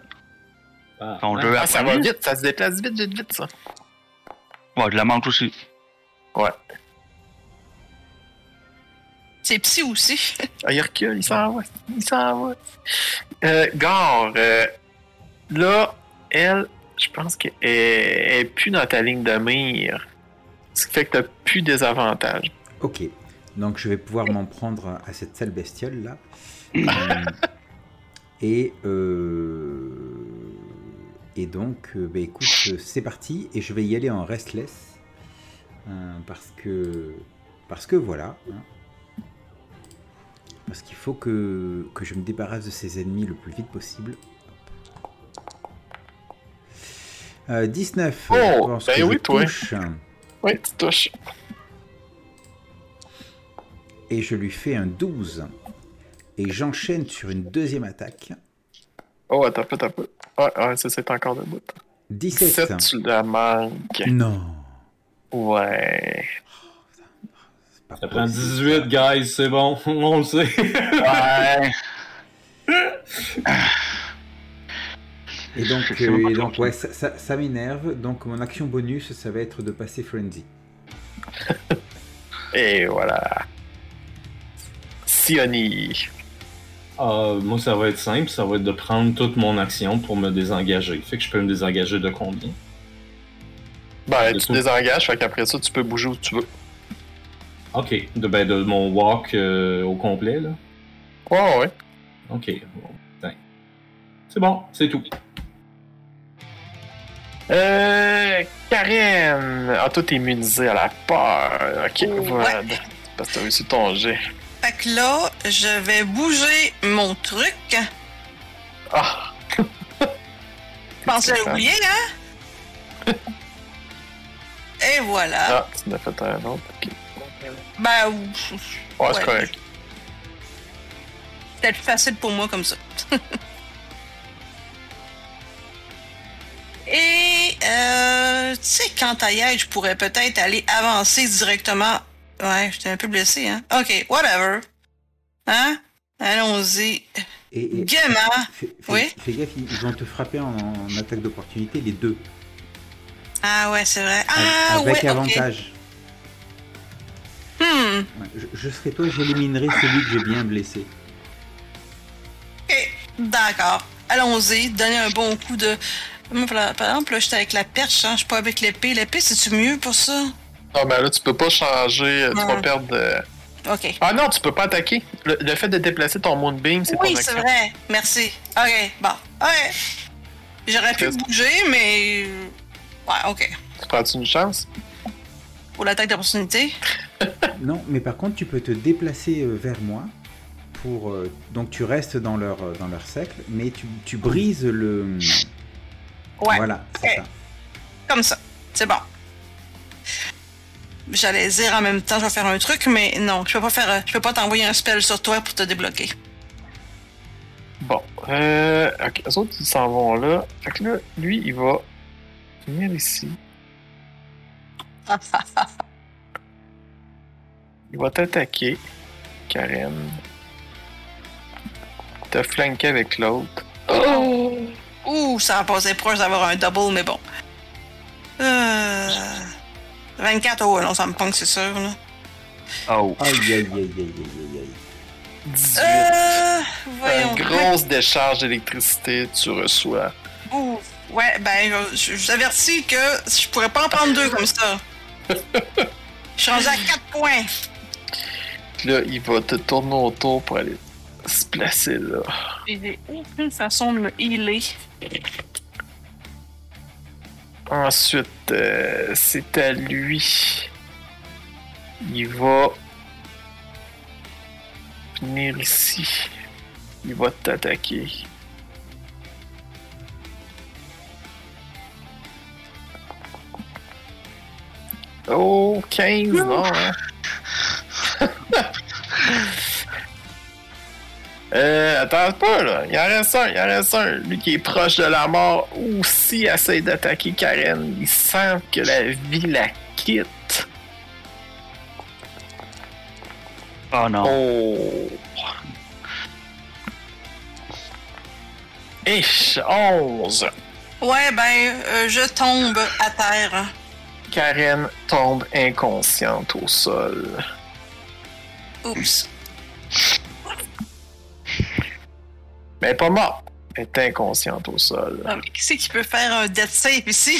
S3: Ah.
S2: Ton
S4: Ouais,
S2: jeu à
S4: ça va
S2: prendre.
S4: vite, ça se déplace vite, vite, vite, ça.
S2: Ouais, je la manque aussi.
S1: C'est psy aussi.
S4: Ah, il recule, il s'en va. Il s'en va. Euh, Gare, euh, là, elle, je pense qu'elle elle est plus dans ta ligne de mire. Ce qui fait que t'as plus des avantages.
S5: Ok, donc je vais pouvoir m'en prendre à cette sale bestiole là. Euh, et euh, et donc, euh, bah, écoute, euh, c'est parti et je vais y aller en restless euh, parce que parce que voilà. hein. Parce qu'il faut que, que je me débarrasse de ces ennemis le plus vite possible. Euh, 19.
S4: Oh,
S5: je pense
S4: ben
S5: que je
S4: oui, toi.
S5: touche.
S4: Oui, tu touches.
S5: et je lui fais un 12. Et j'enchaîne sur une deuxième attaque.
S4: Oh, attends, un peu, attends, un peu. Ouais, ouais, ça, c'est encore debout.
S5: 17.
S4: 7, tu la manques.
S5: Non.
S4: Ouais.
S5: c'est pas
S3: Ça prend 18,
S5: possible.
S3: guys, c'est bon, [LAUGHS] on le sait.
S2: Ouais.
S5: Et donc,
S2: C'est
S5: euh,
S2: vraiment
S5: et
S2: pas
S5: donc,
S2: gentil.
S5: ouais, ça, ça- ça m'énerve. Donc, mon action bonus, ça va être de passer Frenzy.
S4: Et voilà. Sioni.
S3: Euh, moi, ça va être simple, ça va être de prendre toute mon action pour me désengager. Fait que je peux me désengager de combien
S4: Ben,
S3: De
S4: tu
S3: tout.
S4: désengages, fait qu'après ça, tu peux bouger où tu veux.
S3: Ok, de, ben, de mon walk euh, au complet, là.
S4: Ouais, ouais.
S3: Ok, bon, putain. C'est bon, c'est tout.
S4: Euh. Karen! Ah, toi, t'es immunisé à la peur. Ok,
S1: Oh. Ouais.
S4: voilà. Parce que t'as réussi ton jet.
S1: Fait que là, je vais bouger mon truc. Je
S4: Ah!
S1: pense que j'ai oublié, hein?
S4: [LAUGHS]
S1: Et voilà.
S4: Ah, tu n'as fait un autre. Ok.
S1: Ben, ouf,
S4: Ouais, c'est
S1: Ouais.
S4: correct.
S1: c'était plus facile pour moi comme ça. [LAUGHS] Et, euh, tu sais, quant à hier, je pourrais peut-être aller avancer directement. Ouais, j'étais un peu blessé, hein? Ok, whatever. Hein? Allons-y.
S5: Et, et-
S1: Gaiement.
S5: fais, fais-
S1: hein. Oui.
S5: fais gaffe, ils ils vont te frapper en, en attaque d'opportunité, les deux.
S1: Ah ouais, c'est vrai.
S5: Avec-
S1: Ah
S5: avec
S1: ouais, ok.
S5: avantage.
S1: Hmm.
S5: Ouais, je, je serai toi, j'éliminerai celui que j'ai bien blessé.
S1: D'accord. Allons-y. Donner un bon coup de. Moi, par par exemple, là, j'étais avec la perche, hein. je suis pas avec l'épée. L'épée, c'est-tu mieux pour ça?
S4: Non, mais Ah, ben là, tu peux pas changer. Tu vas
S1: Ouais.
S4: perdre. euh,
S1: OK.
S4: Ah non, tu peux pas attaquer. Le, le fait de déplacer ton Moonbeam, c'est
S1: Oui,
S4: ton
S1: c'est
S4: action.
S1: vrai. Merci. OK. Bon. OK. J'aurais pu
S4: Qu'est-ce-
S1: bouger, mais. Ouais, OK.
S4: Tu prends-tu une chance?
S1: Pour l'attaque d'opportunité.
S5: Non, mais par contre, tu peux te déplacer euh, vers moi. Pour, euh, donc, tu restes dans leur, euh, dans leur cercle, mais tu, tu brises le.
S1: Ouais.
S5: Voilà, c'est
S1: Ok.
S5: ça.
S4: Eh.
S1: Comme ça. C'est bon. J'allais dire en même temps, je vais faire un truc, mais non, je peux pas faire. euh, Je peux pas t'envoyer un spell sur toi pour te débloquer.
S4: Bon. Euh. Ok, les autres, ils s'en vont là. Fait que là, lui, il va venir ici. Il va t'attaquer, Karen. Te flanquer avec l'autre.
S1: Ouh, ça a passé proche d'avoir un double, mais bon. Euh... 24, oh, non, ça me punk, c'est sûr. Là.
S2: Oh.
S5: Aïe, aïe, aïe, aïe, aïe, aïe, aïe.
S4: 18.
S1: Euh, voyons.
S4: Une grosse décharge d'électricité, tu reçois.
S1: Ouh, ouais, ben, je, je vous avertis que je pourrais pas en prendre deux comme ça. Je suis rendu à 4 points.
S4: Puis là, il va te tourner autour pour aller se placer là.
S1: J'ai aucune façon de me healer.
S4: Ensuite, euh, c'est à lui. Il va venir ici. Il va t'attaquer. Oh, 15, non, hein? Euh, attends pas, là. Il en reste un, il en reste un. Lui qui est proche de la mort aussi essaie d'attaquer Karen. Il sent que la vie la quitte.
S2: Oh non.
S4: Oh. Et 11.
S1: Ouais, ben, euh, je tombe à terre.
S4: Karen tombe inconsciente au sol.
S1: Oups.
S4: Mais elle est pas morte. Elle est inconsciente au sol.
S1: Ah, mais qui c'est qui peut faire un death save ici?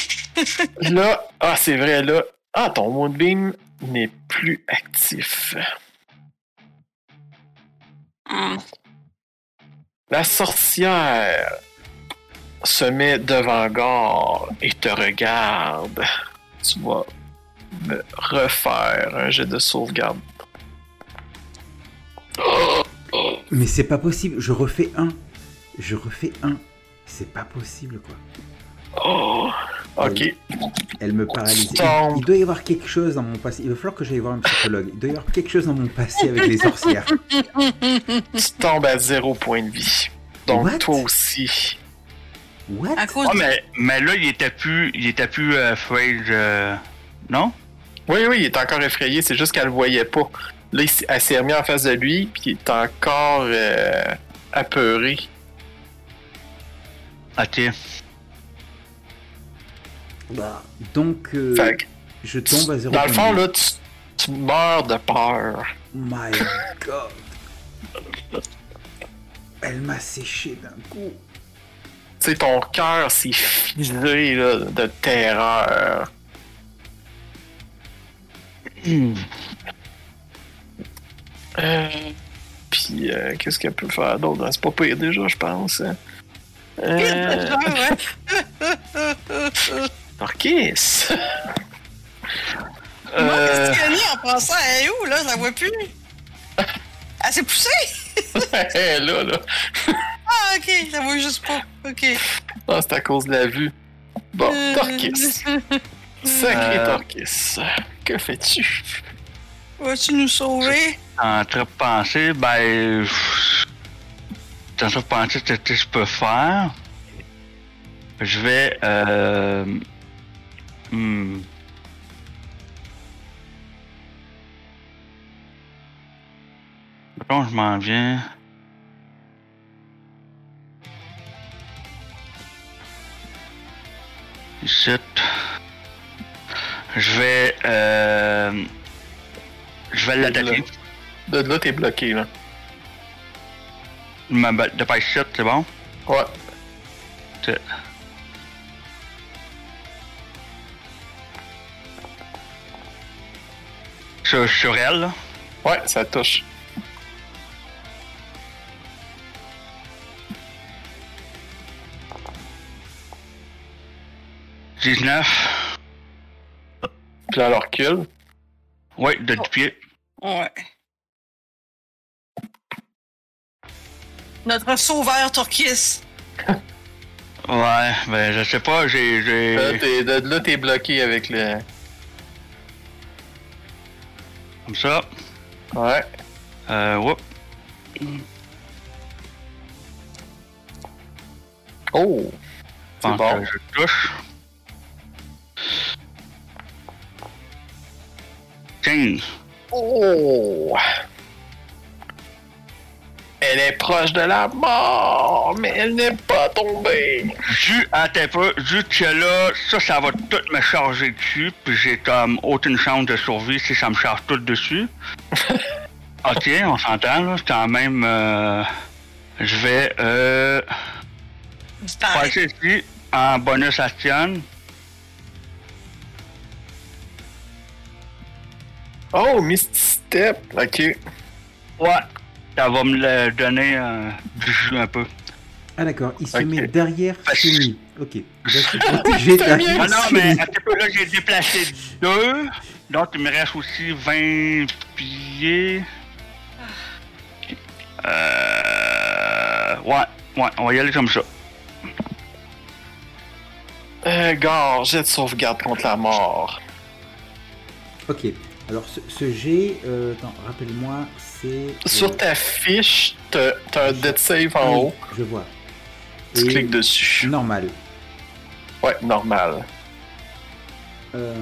S4: Là, ah, c'est vrai, là. Ah, ton Moonbeam n'est plus actif.
S1: Hmm.
S4: La sorcière se met devant Gore et te regarde. Tu vas me refaire un jet de sauvegarde.
S5: Mais c'est pas possible, je refais un. Je refais un. C'est pas possible, quoi.
S4: Oh, ok.
S5: Elle me paralyse. Il,
S4: Stomp.
S5: il doit y avoir quelque chose dans mon passé. Il va falloir que j'aille voir un psychologue. Il doit y avoir quelque chose dans mon passé avec
S4: [LAUGHS]
S5: les sorcières.
S4: Tu tombes à zéro point de vie. Donc,
S5: What?
S4: toi aussi.
S5: What
S1: À cause
S2: Ah,
S1: du-
S2: mais, mais là, il était plus, il était plus euh, afraid, euh, non?
S4: Oui, oui, il est encore effrayé, c'est juste qu'elle le voyait pas. Là, il s- elle s'est remise en face de lui, puis il est encore euh, apeuré.
S2: Ok.
S5: Bah, Donc, euh,
S4: Fait que,
S5: je tombe à zéro.
S4: dans le
S5: point
S4: fond,
S5: de vie.
S4: là, tu, tu meurs de peur.
S5: My God. Elle m'a séché d'un coup.
S4: Tu sais, ton cœur s'est figé là, de terreur. Hmm. Euh, Puis, euh, qu'est-ce qu'elle peut faire d'autre? Ben, C'est pas pire déjà, je pense. hein. Euh, Marquis!
S1: Moi,
S4: Euh,
S1: Christiani, en pensant à elle est où, là, je la vois
S4: [LAUGHS]
S1: plus. Elle s'est poussée?
S4: là, là.
S1: Ah, ok, je la vois juste pas. Ok.
S4: Ah, c'est à cause de la vue. Bon,
S1: Euh,
S4: Torquis. Sacré
S2: Euh.
S4: Torquis. Que fais-tu?
S1: Vas-tu nous sauver?
S2: En train de penser, ben. pff, En train de penser ce que je peux faire. Je vais. Euh, hmm. Bon, je m'en viens. Ici. Je vais. euh, je vais l'attaquer.
S4: De Ben, là, t'es bloqué, là.
S2: Ma ba- de pêche shot, c'est bon?
S4: Ouais.
S2: Ok. Sur, sur elle, là.
S4: Ouais, ça touche.
S2: « 19.
S4: Puis là, elle recule.
S2: Ouais, de du pied.
S1: Ouais. Notre sauveur turquoise.
S2: Ouais, ben je sais pas, j'ai. j'ai-
S4: Là, Euh, t'es- De là, t'es bloqué avec le.
S2: Comme ça.
S4: Ouais.
S2: Euh, whoop.
S4: Oh! C'est
S2: Pense
S4: bon.
S2: que je touche. 15.
S4: Oh! Elle est proche de la mort, mais elle n'est pas tombée.
S2: Dû à tes peu, dû que là, ça, ça va tout me charger dessus, puis j'ai comme aucune chance de survie si ça me charge tout
S4: [LAUGHS]
S2: dessus. ok, on s'entend, là, c'est quand même. euh, je vais euh,
S1: Disparaît.
S2: passer ici en bonus action.
S4: Oh, Misty Step! Ok.
S2: Ouais, ça va me le donner euh, du jus un peu.
S5: Ah d'accord, il se
S4: Ok.
S5: met derrière
S2: Ah, je-
S5: Sunny. Ok. Je suis protégé derrière
S2: Ah non, mais
S5: Sunny.
S2: un petit peu là, j'ai déplacé deux. Donc, il me reste aussi 20 pieds. Euh. Ouais, ouais, on va y aller comme ça.
S4: Euh, Gore, jet de sauvegarde contre la mort.
S5: Ok. Alors ce, ce jet, euh, attends, rappelle-moi, c'est...
S4: Sur
S5: euh,
S4: ta fiche, t'as t'as un dead save en haut.
S5: Je vois.
S4: Tu
S5: Et
S4: cliques dessus.
S5: Normal.
S4: Ouais, normal.
S5: Euh,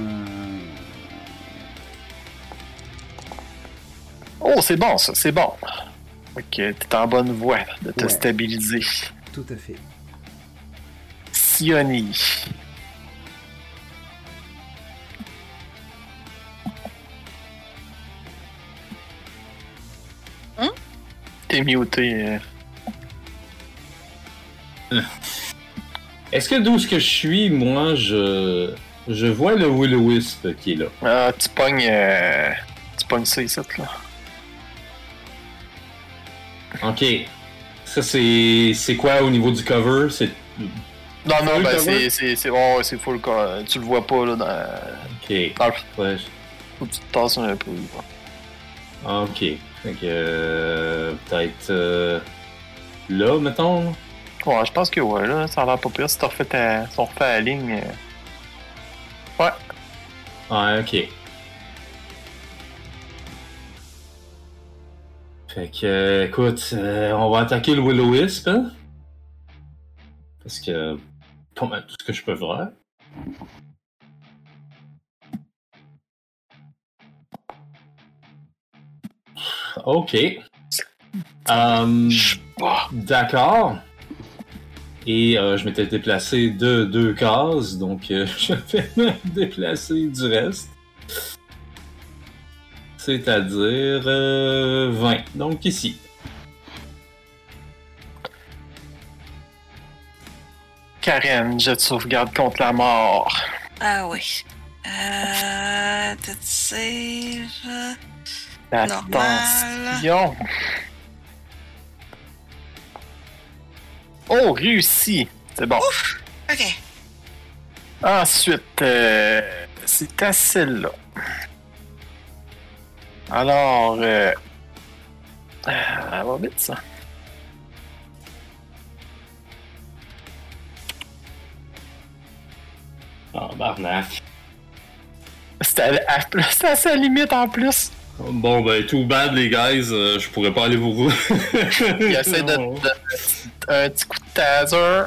S4: Oh, c'est bon ça, c'est bon. Ok, t'es en bonne voie de te
S5: Ouais.
S4: stabiliser.
S5: tout à fait.
S4: Sioni.
S1: Hein?
S4: T'es muté. euh.
S3: Est-ce que d'où ce que je suis, moi, je. Je vois le Will Wisp qui est là.
S4: Ah, tu pognes. euh, Tu pognes ça ici, là.
S3: Ok. Ça, c'est. C'est quoi au niveau du cover C'est.
S4: Non, non,
S3: Full
S4: ben
S3: cover?
S4: c'est. c'est- c'est- Ouais, ouais, c'est full cover. Tu le vois pas, là. Dans...
S3: Ok.
S4: dans le-
S3: Ouais, je-
S4: Faut que tu te tasses un peu. là.
S3: Ah, Ok. Fait que. euh, Peut-être. euh, Là, mettons.
S4: Ouais, je pense que ouais, là, ça a l'air pas pire. Si t'as refait ta... si on refait la ligne. euh,
S3: Ouais, ok. Fait que, euh, écoute, euh, on va attaquer le Willow Wisp, hein? Parce que, pas mal tout ce que je peux faire. Ok. Hum,
S4: Je bah,
S3: D'accord. Et euh, je m'étais déplacé de deux cases, donc euh, [LAUGHS] je vais me déplacer du reste. C'est-à-dire euh, 20. Donc ici.
S4: Karen, jet de sauvegarde contre la mort.
S1: Ah oui. Euh. Death save.
S4: La
S1: Normal.
S4: tension. Oh, réussi! C'est bon.
S1: Ok.
S4: Ensuite, euh, c'est à celle-là. Alors, euh, ah, elle va vite ça.
S3: Ah, barnac.
S4: C'est à, à- c'est à sa limite en plus.
S3: Bon, ben, tout bad, les guys. euh, je pourrais pas aller vous.
S4: Il essaie de,
S3: Non.
S4: de- un petit coup de taser.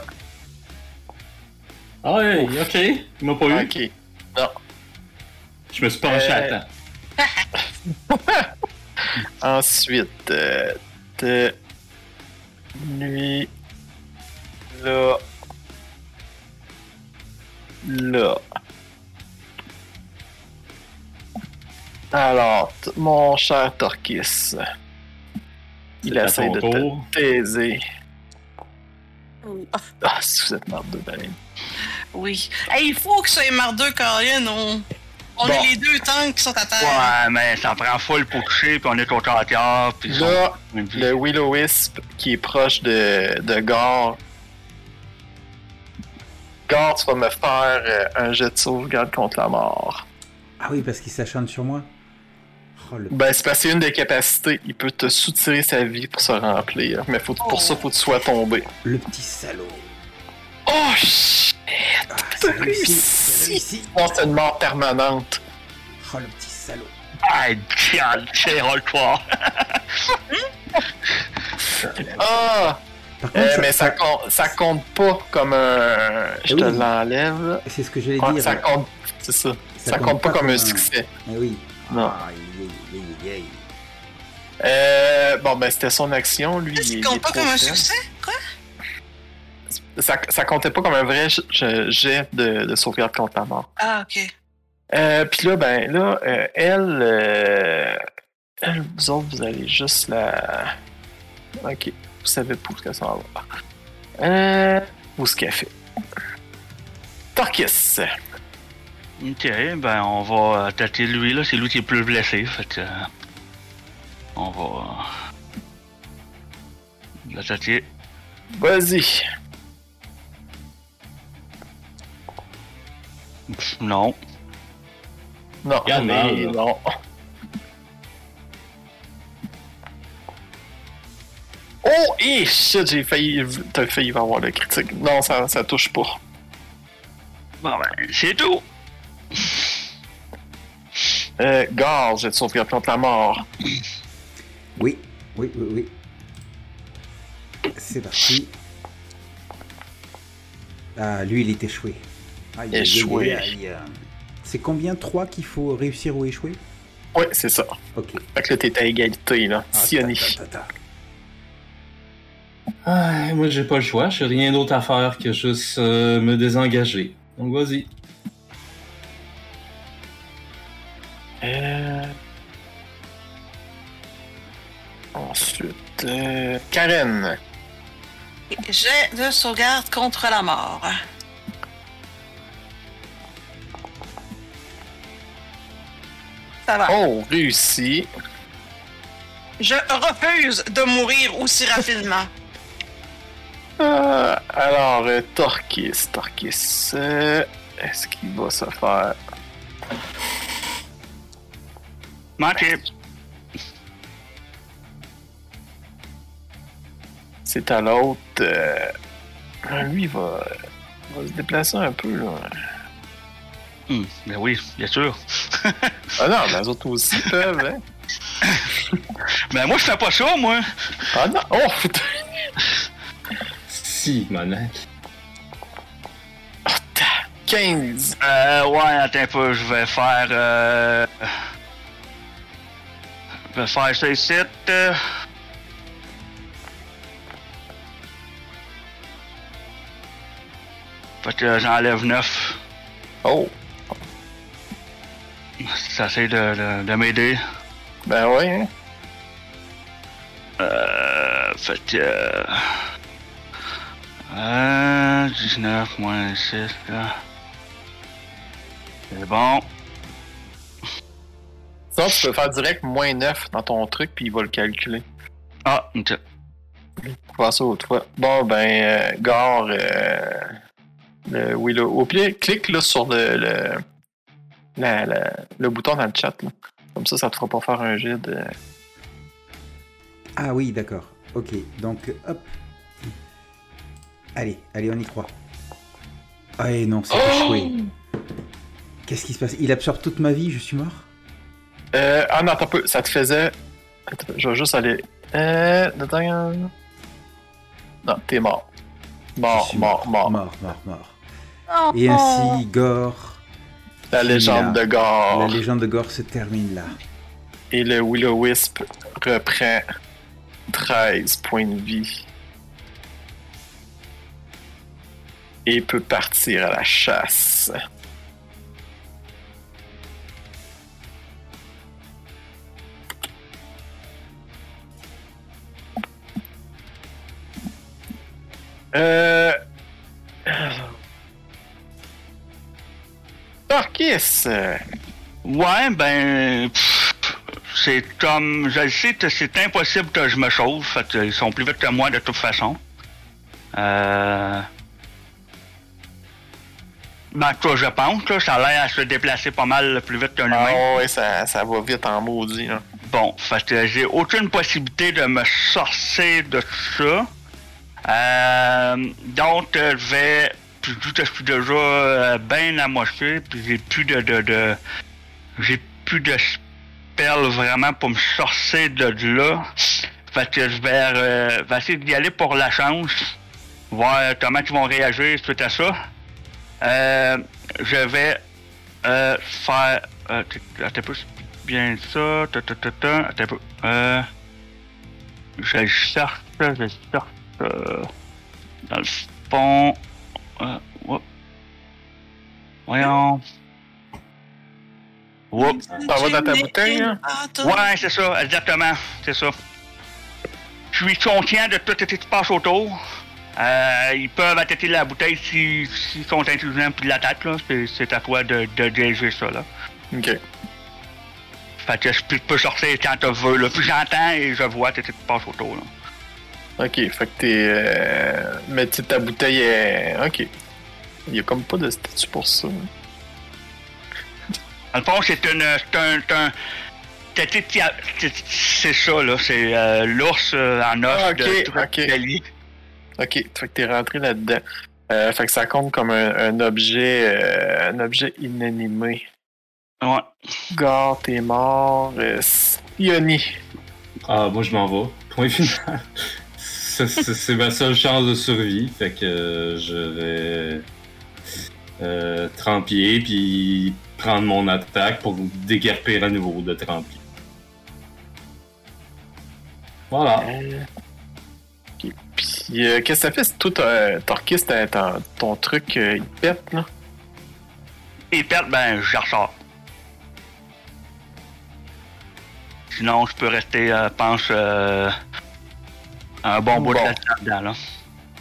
S3: Ah, ouais, ok. Il m'a pas eu.
S4: Ok.
S3: Je me suis penché à
S4: Euh,
S3: temps.
S4: Ensuite, euh, de lui, là, là. Alors, t- mon cher Torquis, il
S3: C'est à
S4: essaie
S3: ton
S4: de te
S3: tour.
S4: taiser.
S1: Ah,
S4: Ah, si vous êtes marre de baleine.
S1: oui. Hey, il faut que ça ait mardeux, Colin. On, on
S4: Bon.
S1: est les deux tanks qui sont
S2: Ah.
S1: à terre.
S2: Ouais, mais ça prend full pour toucher, puis on est au terre, puis ils sont-
S4: Là,
S2: ils disent,
S4: le Willow Wisp qui est proche de, de Gore. Gore, tu vas me faire euh, un jet de sauvegarde contre la mort.
S5: Ah oui, parce qu'il s'acharne sur moi. Oh, le...
S4: Ben, c'est parce qu'il y a une des capacités. Il peut te soutirer sa vie pour se remplir. Mais faut, pour ça, faut que tu sois tombé.
S5: le petit salaud.
S4: Oh, shit!
S5: Ah,
S4: T'as
S5: ça réussit,
S4: réussi.
S5: ça réussit.
S4: Non, Oh, c'est une mort permanente.
S5: Oh, le petit salaud.
S2: Ah, diable, c'est roll-toi.
S4: Ah!
S5: Par contre,
S4: Euh,
S5: ça-
S4: mais ça,
S5: ça-
S4: compte, ça compte pas comme un. Je
S5: Eh
S4: te
S5: oui.
S4: l'enlève.
S5: c'est ce que j'allais
S4: Ouais,
S5: dire.
S4: ça compte. C'est ça. hein. Ça, compte, pas, comme un succès.
S5: Eh oui.
S4: Non.
S5: Ah, aïe, aïe, aïe, aïe.
S4: Euh, bon, ben, c'était son action, lui.
S1: Ça
S4: il- il
S1: compte
S4: est
S1: pas
S4: trop
S1: comme un
S4: faible.
S1: succès?
S4: Ça, ça comptait pas comme un vrai j- j- jet de, de sauvegarde contre la mort.
S1: Ah, ok.
S4: Euh, Puis là, ben là, euh, elle, euh, elle, vous autres, vous allez juste la. Ok, vous savez pas où ce qu'elle s'en va. Euh, où ce qu'elle fait. Torquis.
S2: Ok, ben on va attaquer lui, là. C'est lui qui est plus blessé, fait que... euh, On va... L'attaquer.
S4: Vas-y.
S2: Pff, Non.
S4: Non,
S3: Il y en a,
S4: mais
S3: là.
S4: non. Oh, et shit, j'ai failli. T'as failli avoir le critique. Non, ça, ça touche pas.
S2: Bon, ben, c'est tout.
S4: Euh, Gare, j'ai de sauvegarde contre la mort.
S5: Oui, oui, oui, oui. C'est parti. Ah, lui, il est échoué. Aïe, aïe, aïe,
S4: Échoué.
S5: aïe, aïe. C'est combien 3 qu'il faut réussir ou échouer
S4: Ouais, c'est ça.
S5: Ok.
S4: Fait que là, t'es à égalité, là.
S5: Ah,
S4: Sioni.
S5: ta, ta, ta, ta.
S3: Ah, moi, j'ai pas le choix. J'ai rien d'autre à faire que juste euh, me désengager. Donc, vas-y.
S4: Euh, Ensuite, euh, Karen.
S1: Jet de sauvegarde contre la mort. Ça va.
S4: Oh, réussi.
S1: Je refuse de mourir aussi rapidement.
S4: Euh, alors, euh, Torquis, Torquis, euh, est-ce qu'il va se faire.
S2: Manqué.
S4: C'est à l'autre. euh, Lui, il va... il va se déplacer un peu, là.
S2: Hum, ben oui, bien sûr.
S4: Ah non, mais les autres aussi peuvent, hein.
S2: Mais Ben, moi, je fais pas ça, moi.
S4: Ah non, oh putain!
S3: Si, monac.
S4: Oh, 15!
S2: Euh, ouais, attends un peu, je vais faire. Euh... Je vais faire ça ici. euh. Fait que euh, j'enlève 9.
S4: Oh!
S2: Ça essaie de, de, de m'aider.
S4: Ben ouais, hein.
S2: Euh. Fait que. euh, Euh. 19 moins 6, là. C'est bon.
S4: Sinon, tu peux faire direct moins 9 dans ton truc, puis il va le calculer.
S2: Ah, ok.
S4: On va faire ça autrefois. Bon, ben, euh, gare. euh, le- oui, là. Au pire, clique là, sur le, le, la- la- le bouton dans le chat. Là. Comme ça, ça te fera pas faire un euh. jet de.
S5: Ah oui, d'accord. Ok, donc hop. Allez, allez, on y croit. Allez, non, c'est
S4: Oh
S5: échoué. Qu'est-ce qui se passe Il absorbe toute ma vie, je suis mort
S4: Euh, ah non, attends un peu. Ça te faisait. Attends, je vais juste aller. Euh. attends. Non, t'es mort.
S5: Je
S4: Mort,
S5: suis
S4: mort, mort.
S5: Mort, mort, mort. Et ainsi, Gore,
S4: La légende
S5: Là.
S4: de Gore.
S5: la légende de Gore se termine là.
S4: Et le Willow Wisp reprend 13 points de vie. Et peut partir à la chasse. Euh. Marcus!
S2: Ouais, ben. pff, C'est comme. Je le sais que c'est impossible que je me sauve. Fait qu'ils sont plus vite que moi de toute façon. Euh. Ben, toi, je pense, là, ça a l'air à se déplacer pas mal plus vite qu'un
S4: Ah
S2: humain.
S4: ouais, ça, ça va vite en maudit. Là.
S2: Bon, fait que j'ai aucune possibilité de me sortir de ça. Euh, donc, euh, je vais. Puis, vu que je suis déjà euh, bien amoché, puis j'ai plus de. de, de j'ai plus de spells vraiment pour me sortir de là. Fait que je vais, euh, vais essayer d'y aller pour la chance. Voir comment ils vont réagir suite à ça. Euh, je vais euh, faire. Euh, t- attends un peu, c'est bien ça. Ta, ta, ta, ta, attends un peu. Euh, je le cherche, je le cherche. euh, dans le fond. Euh, whoop. Voyons. Whoop.
S4: Ça va dans ta bouteille, hein? là?
S2: Ouais, c'est ça, exactement. C'est ça. Je suis conscient de tout ce qui se passe autour. Euh, ils peuvent attaquer la bouteille s'ils s'ils sont intelligents puis l'attaquent, là. C'est- C'est à toi de, de diriger ça, là.
S4: Ok.
S2: Fait que je peux, peux sortir quand tu veux, là. Puis j'entends et je vois tout ce qui se passe autour, là.
S4: Ok, fait que t'es. Euh... Mais tu sais, ta bouteille est. Ok. Il y a comme pas de statut pour ça.
S2: Dans le fond, c'est une. C'est un. c'est un- c'est- c'est- c'est- C'est ça, là. C'est euh, l'ours euh, en os
S4: Ah,
S2: de
S4: ok, ok.
S2: Trocadélie.
S4: Ok, fait que t'es rentré là-dedans. Euh, fait que ça compte comme un, un objet. euh, un objet inanimé.
S2: Ouais.
S4: Gare, t'es mort. Euh, Sioni.
S3: Ah, moi, je m'en vais. Point final. Ça, C'est c'est ma seule chance de survie. Fait que euh, je vais. Euh, trempier, puis prendre mon attaque pour déguerpir à nouveau de trempier. Voilà.
S4: Euh, ok, puis Puis, euh, qu'est-ce que ça fait si toi, t'as- t'orchestres t'as- t'as- ton truc, euh, il pète, là?
S2: Et perdre, ben, je ressors. Sinon, je peux rester, euh, pense, euh, un bon bout de
S4: Bon.
S2: temps dedans, là.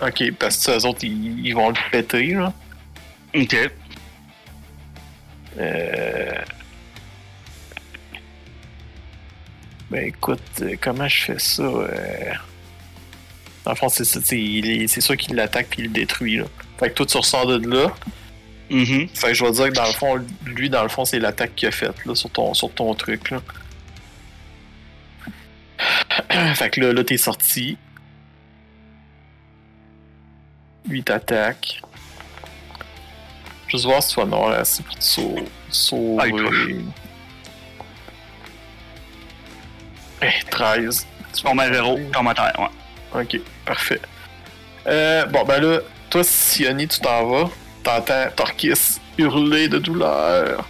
S4: Ok, parce que eux autres, ils, ils vont le péter, là.
S2: Ok.
S4: Euh... Ben écoute, euh, comment je fais ça? Euh... Dans le fond, c'est ça, c'est il est- c'est sûr qu'il l'attaque puis il le détruit. Là. Fait que toi, tu ressors de là.
S2: Mhm.
S4: Fait que je vais dire que dans le fond, lui, dans le fond, c'est l'attaque qu'il a faite là, sur, ton, sur ton truc. Là. [CLEARS THROAT] fait que là, là t'es sorti. Lui, il t'attaque. Juste voir si tu vas en avoir assez pour te sau-
S2: Ah, il
S4: sauver. Eh, 13. Tu
S2: Tombe à zéro, tombe à terre, ouais.
S4: Ok, parfait. Euh, bon, ben là, toi, Sioni, tu t'en vas. T'entends Torquis hurler de douleur.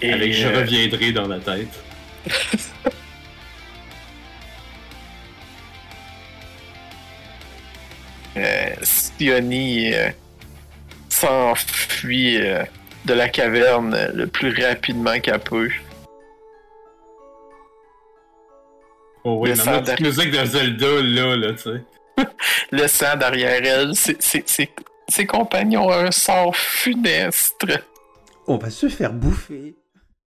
S4: Et
S3: Avec je
S4: euh,
S3: reviendrai dans la tête.
S4: euh, Sioni euh, s'enfuit euh, de la caverne euh, le plus rapidement qu'elle peut.
S3: Oh oui,
S4: Le
S3: mais
S4: sang
S3: la petite
S4: de-
S3: musique de Zelda, là, là, tu sais.
S4: Le sang derrière elle, c'est- c'est- c'est- ses compagnons ont un sort funeste.
S5: On va se faire bouffer.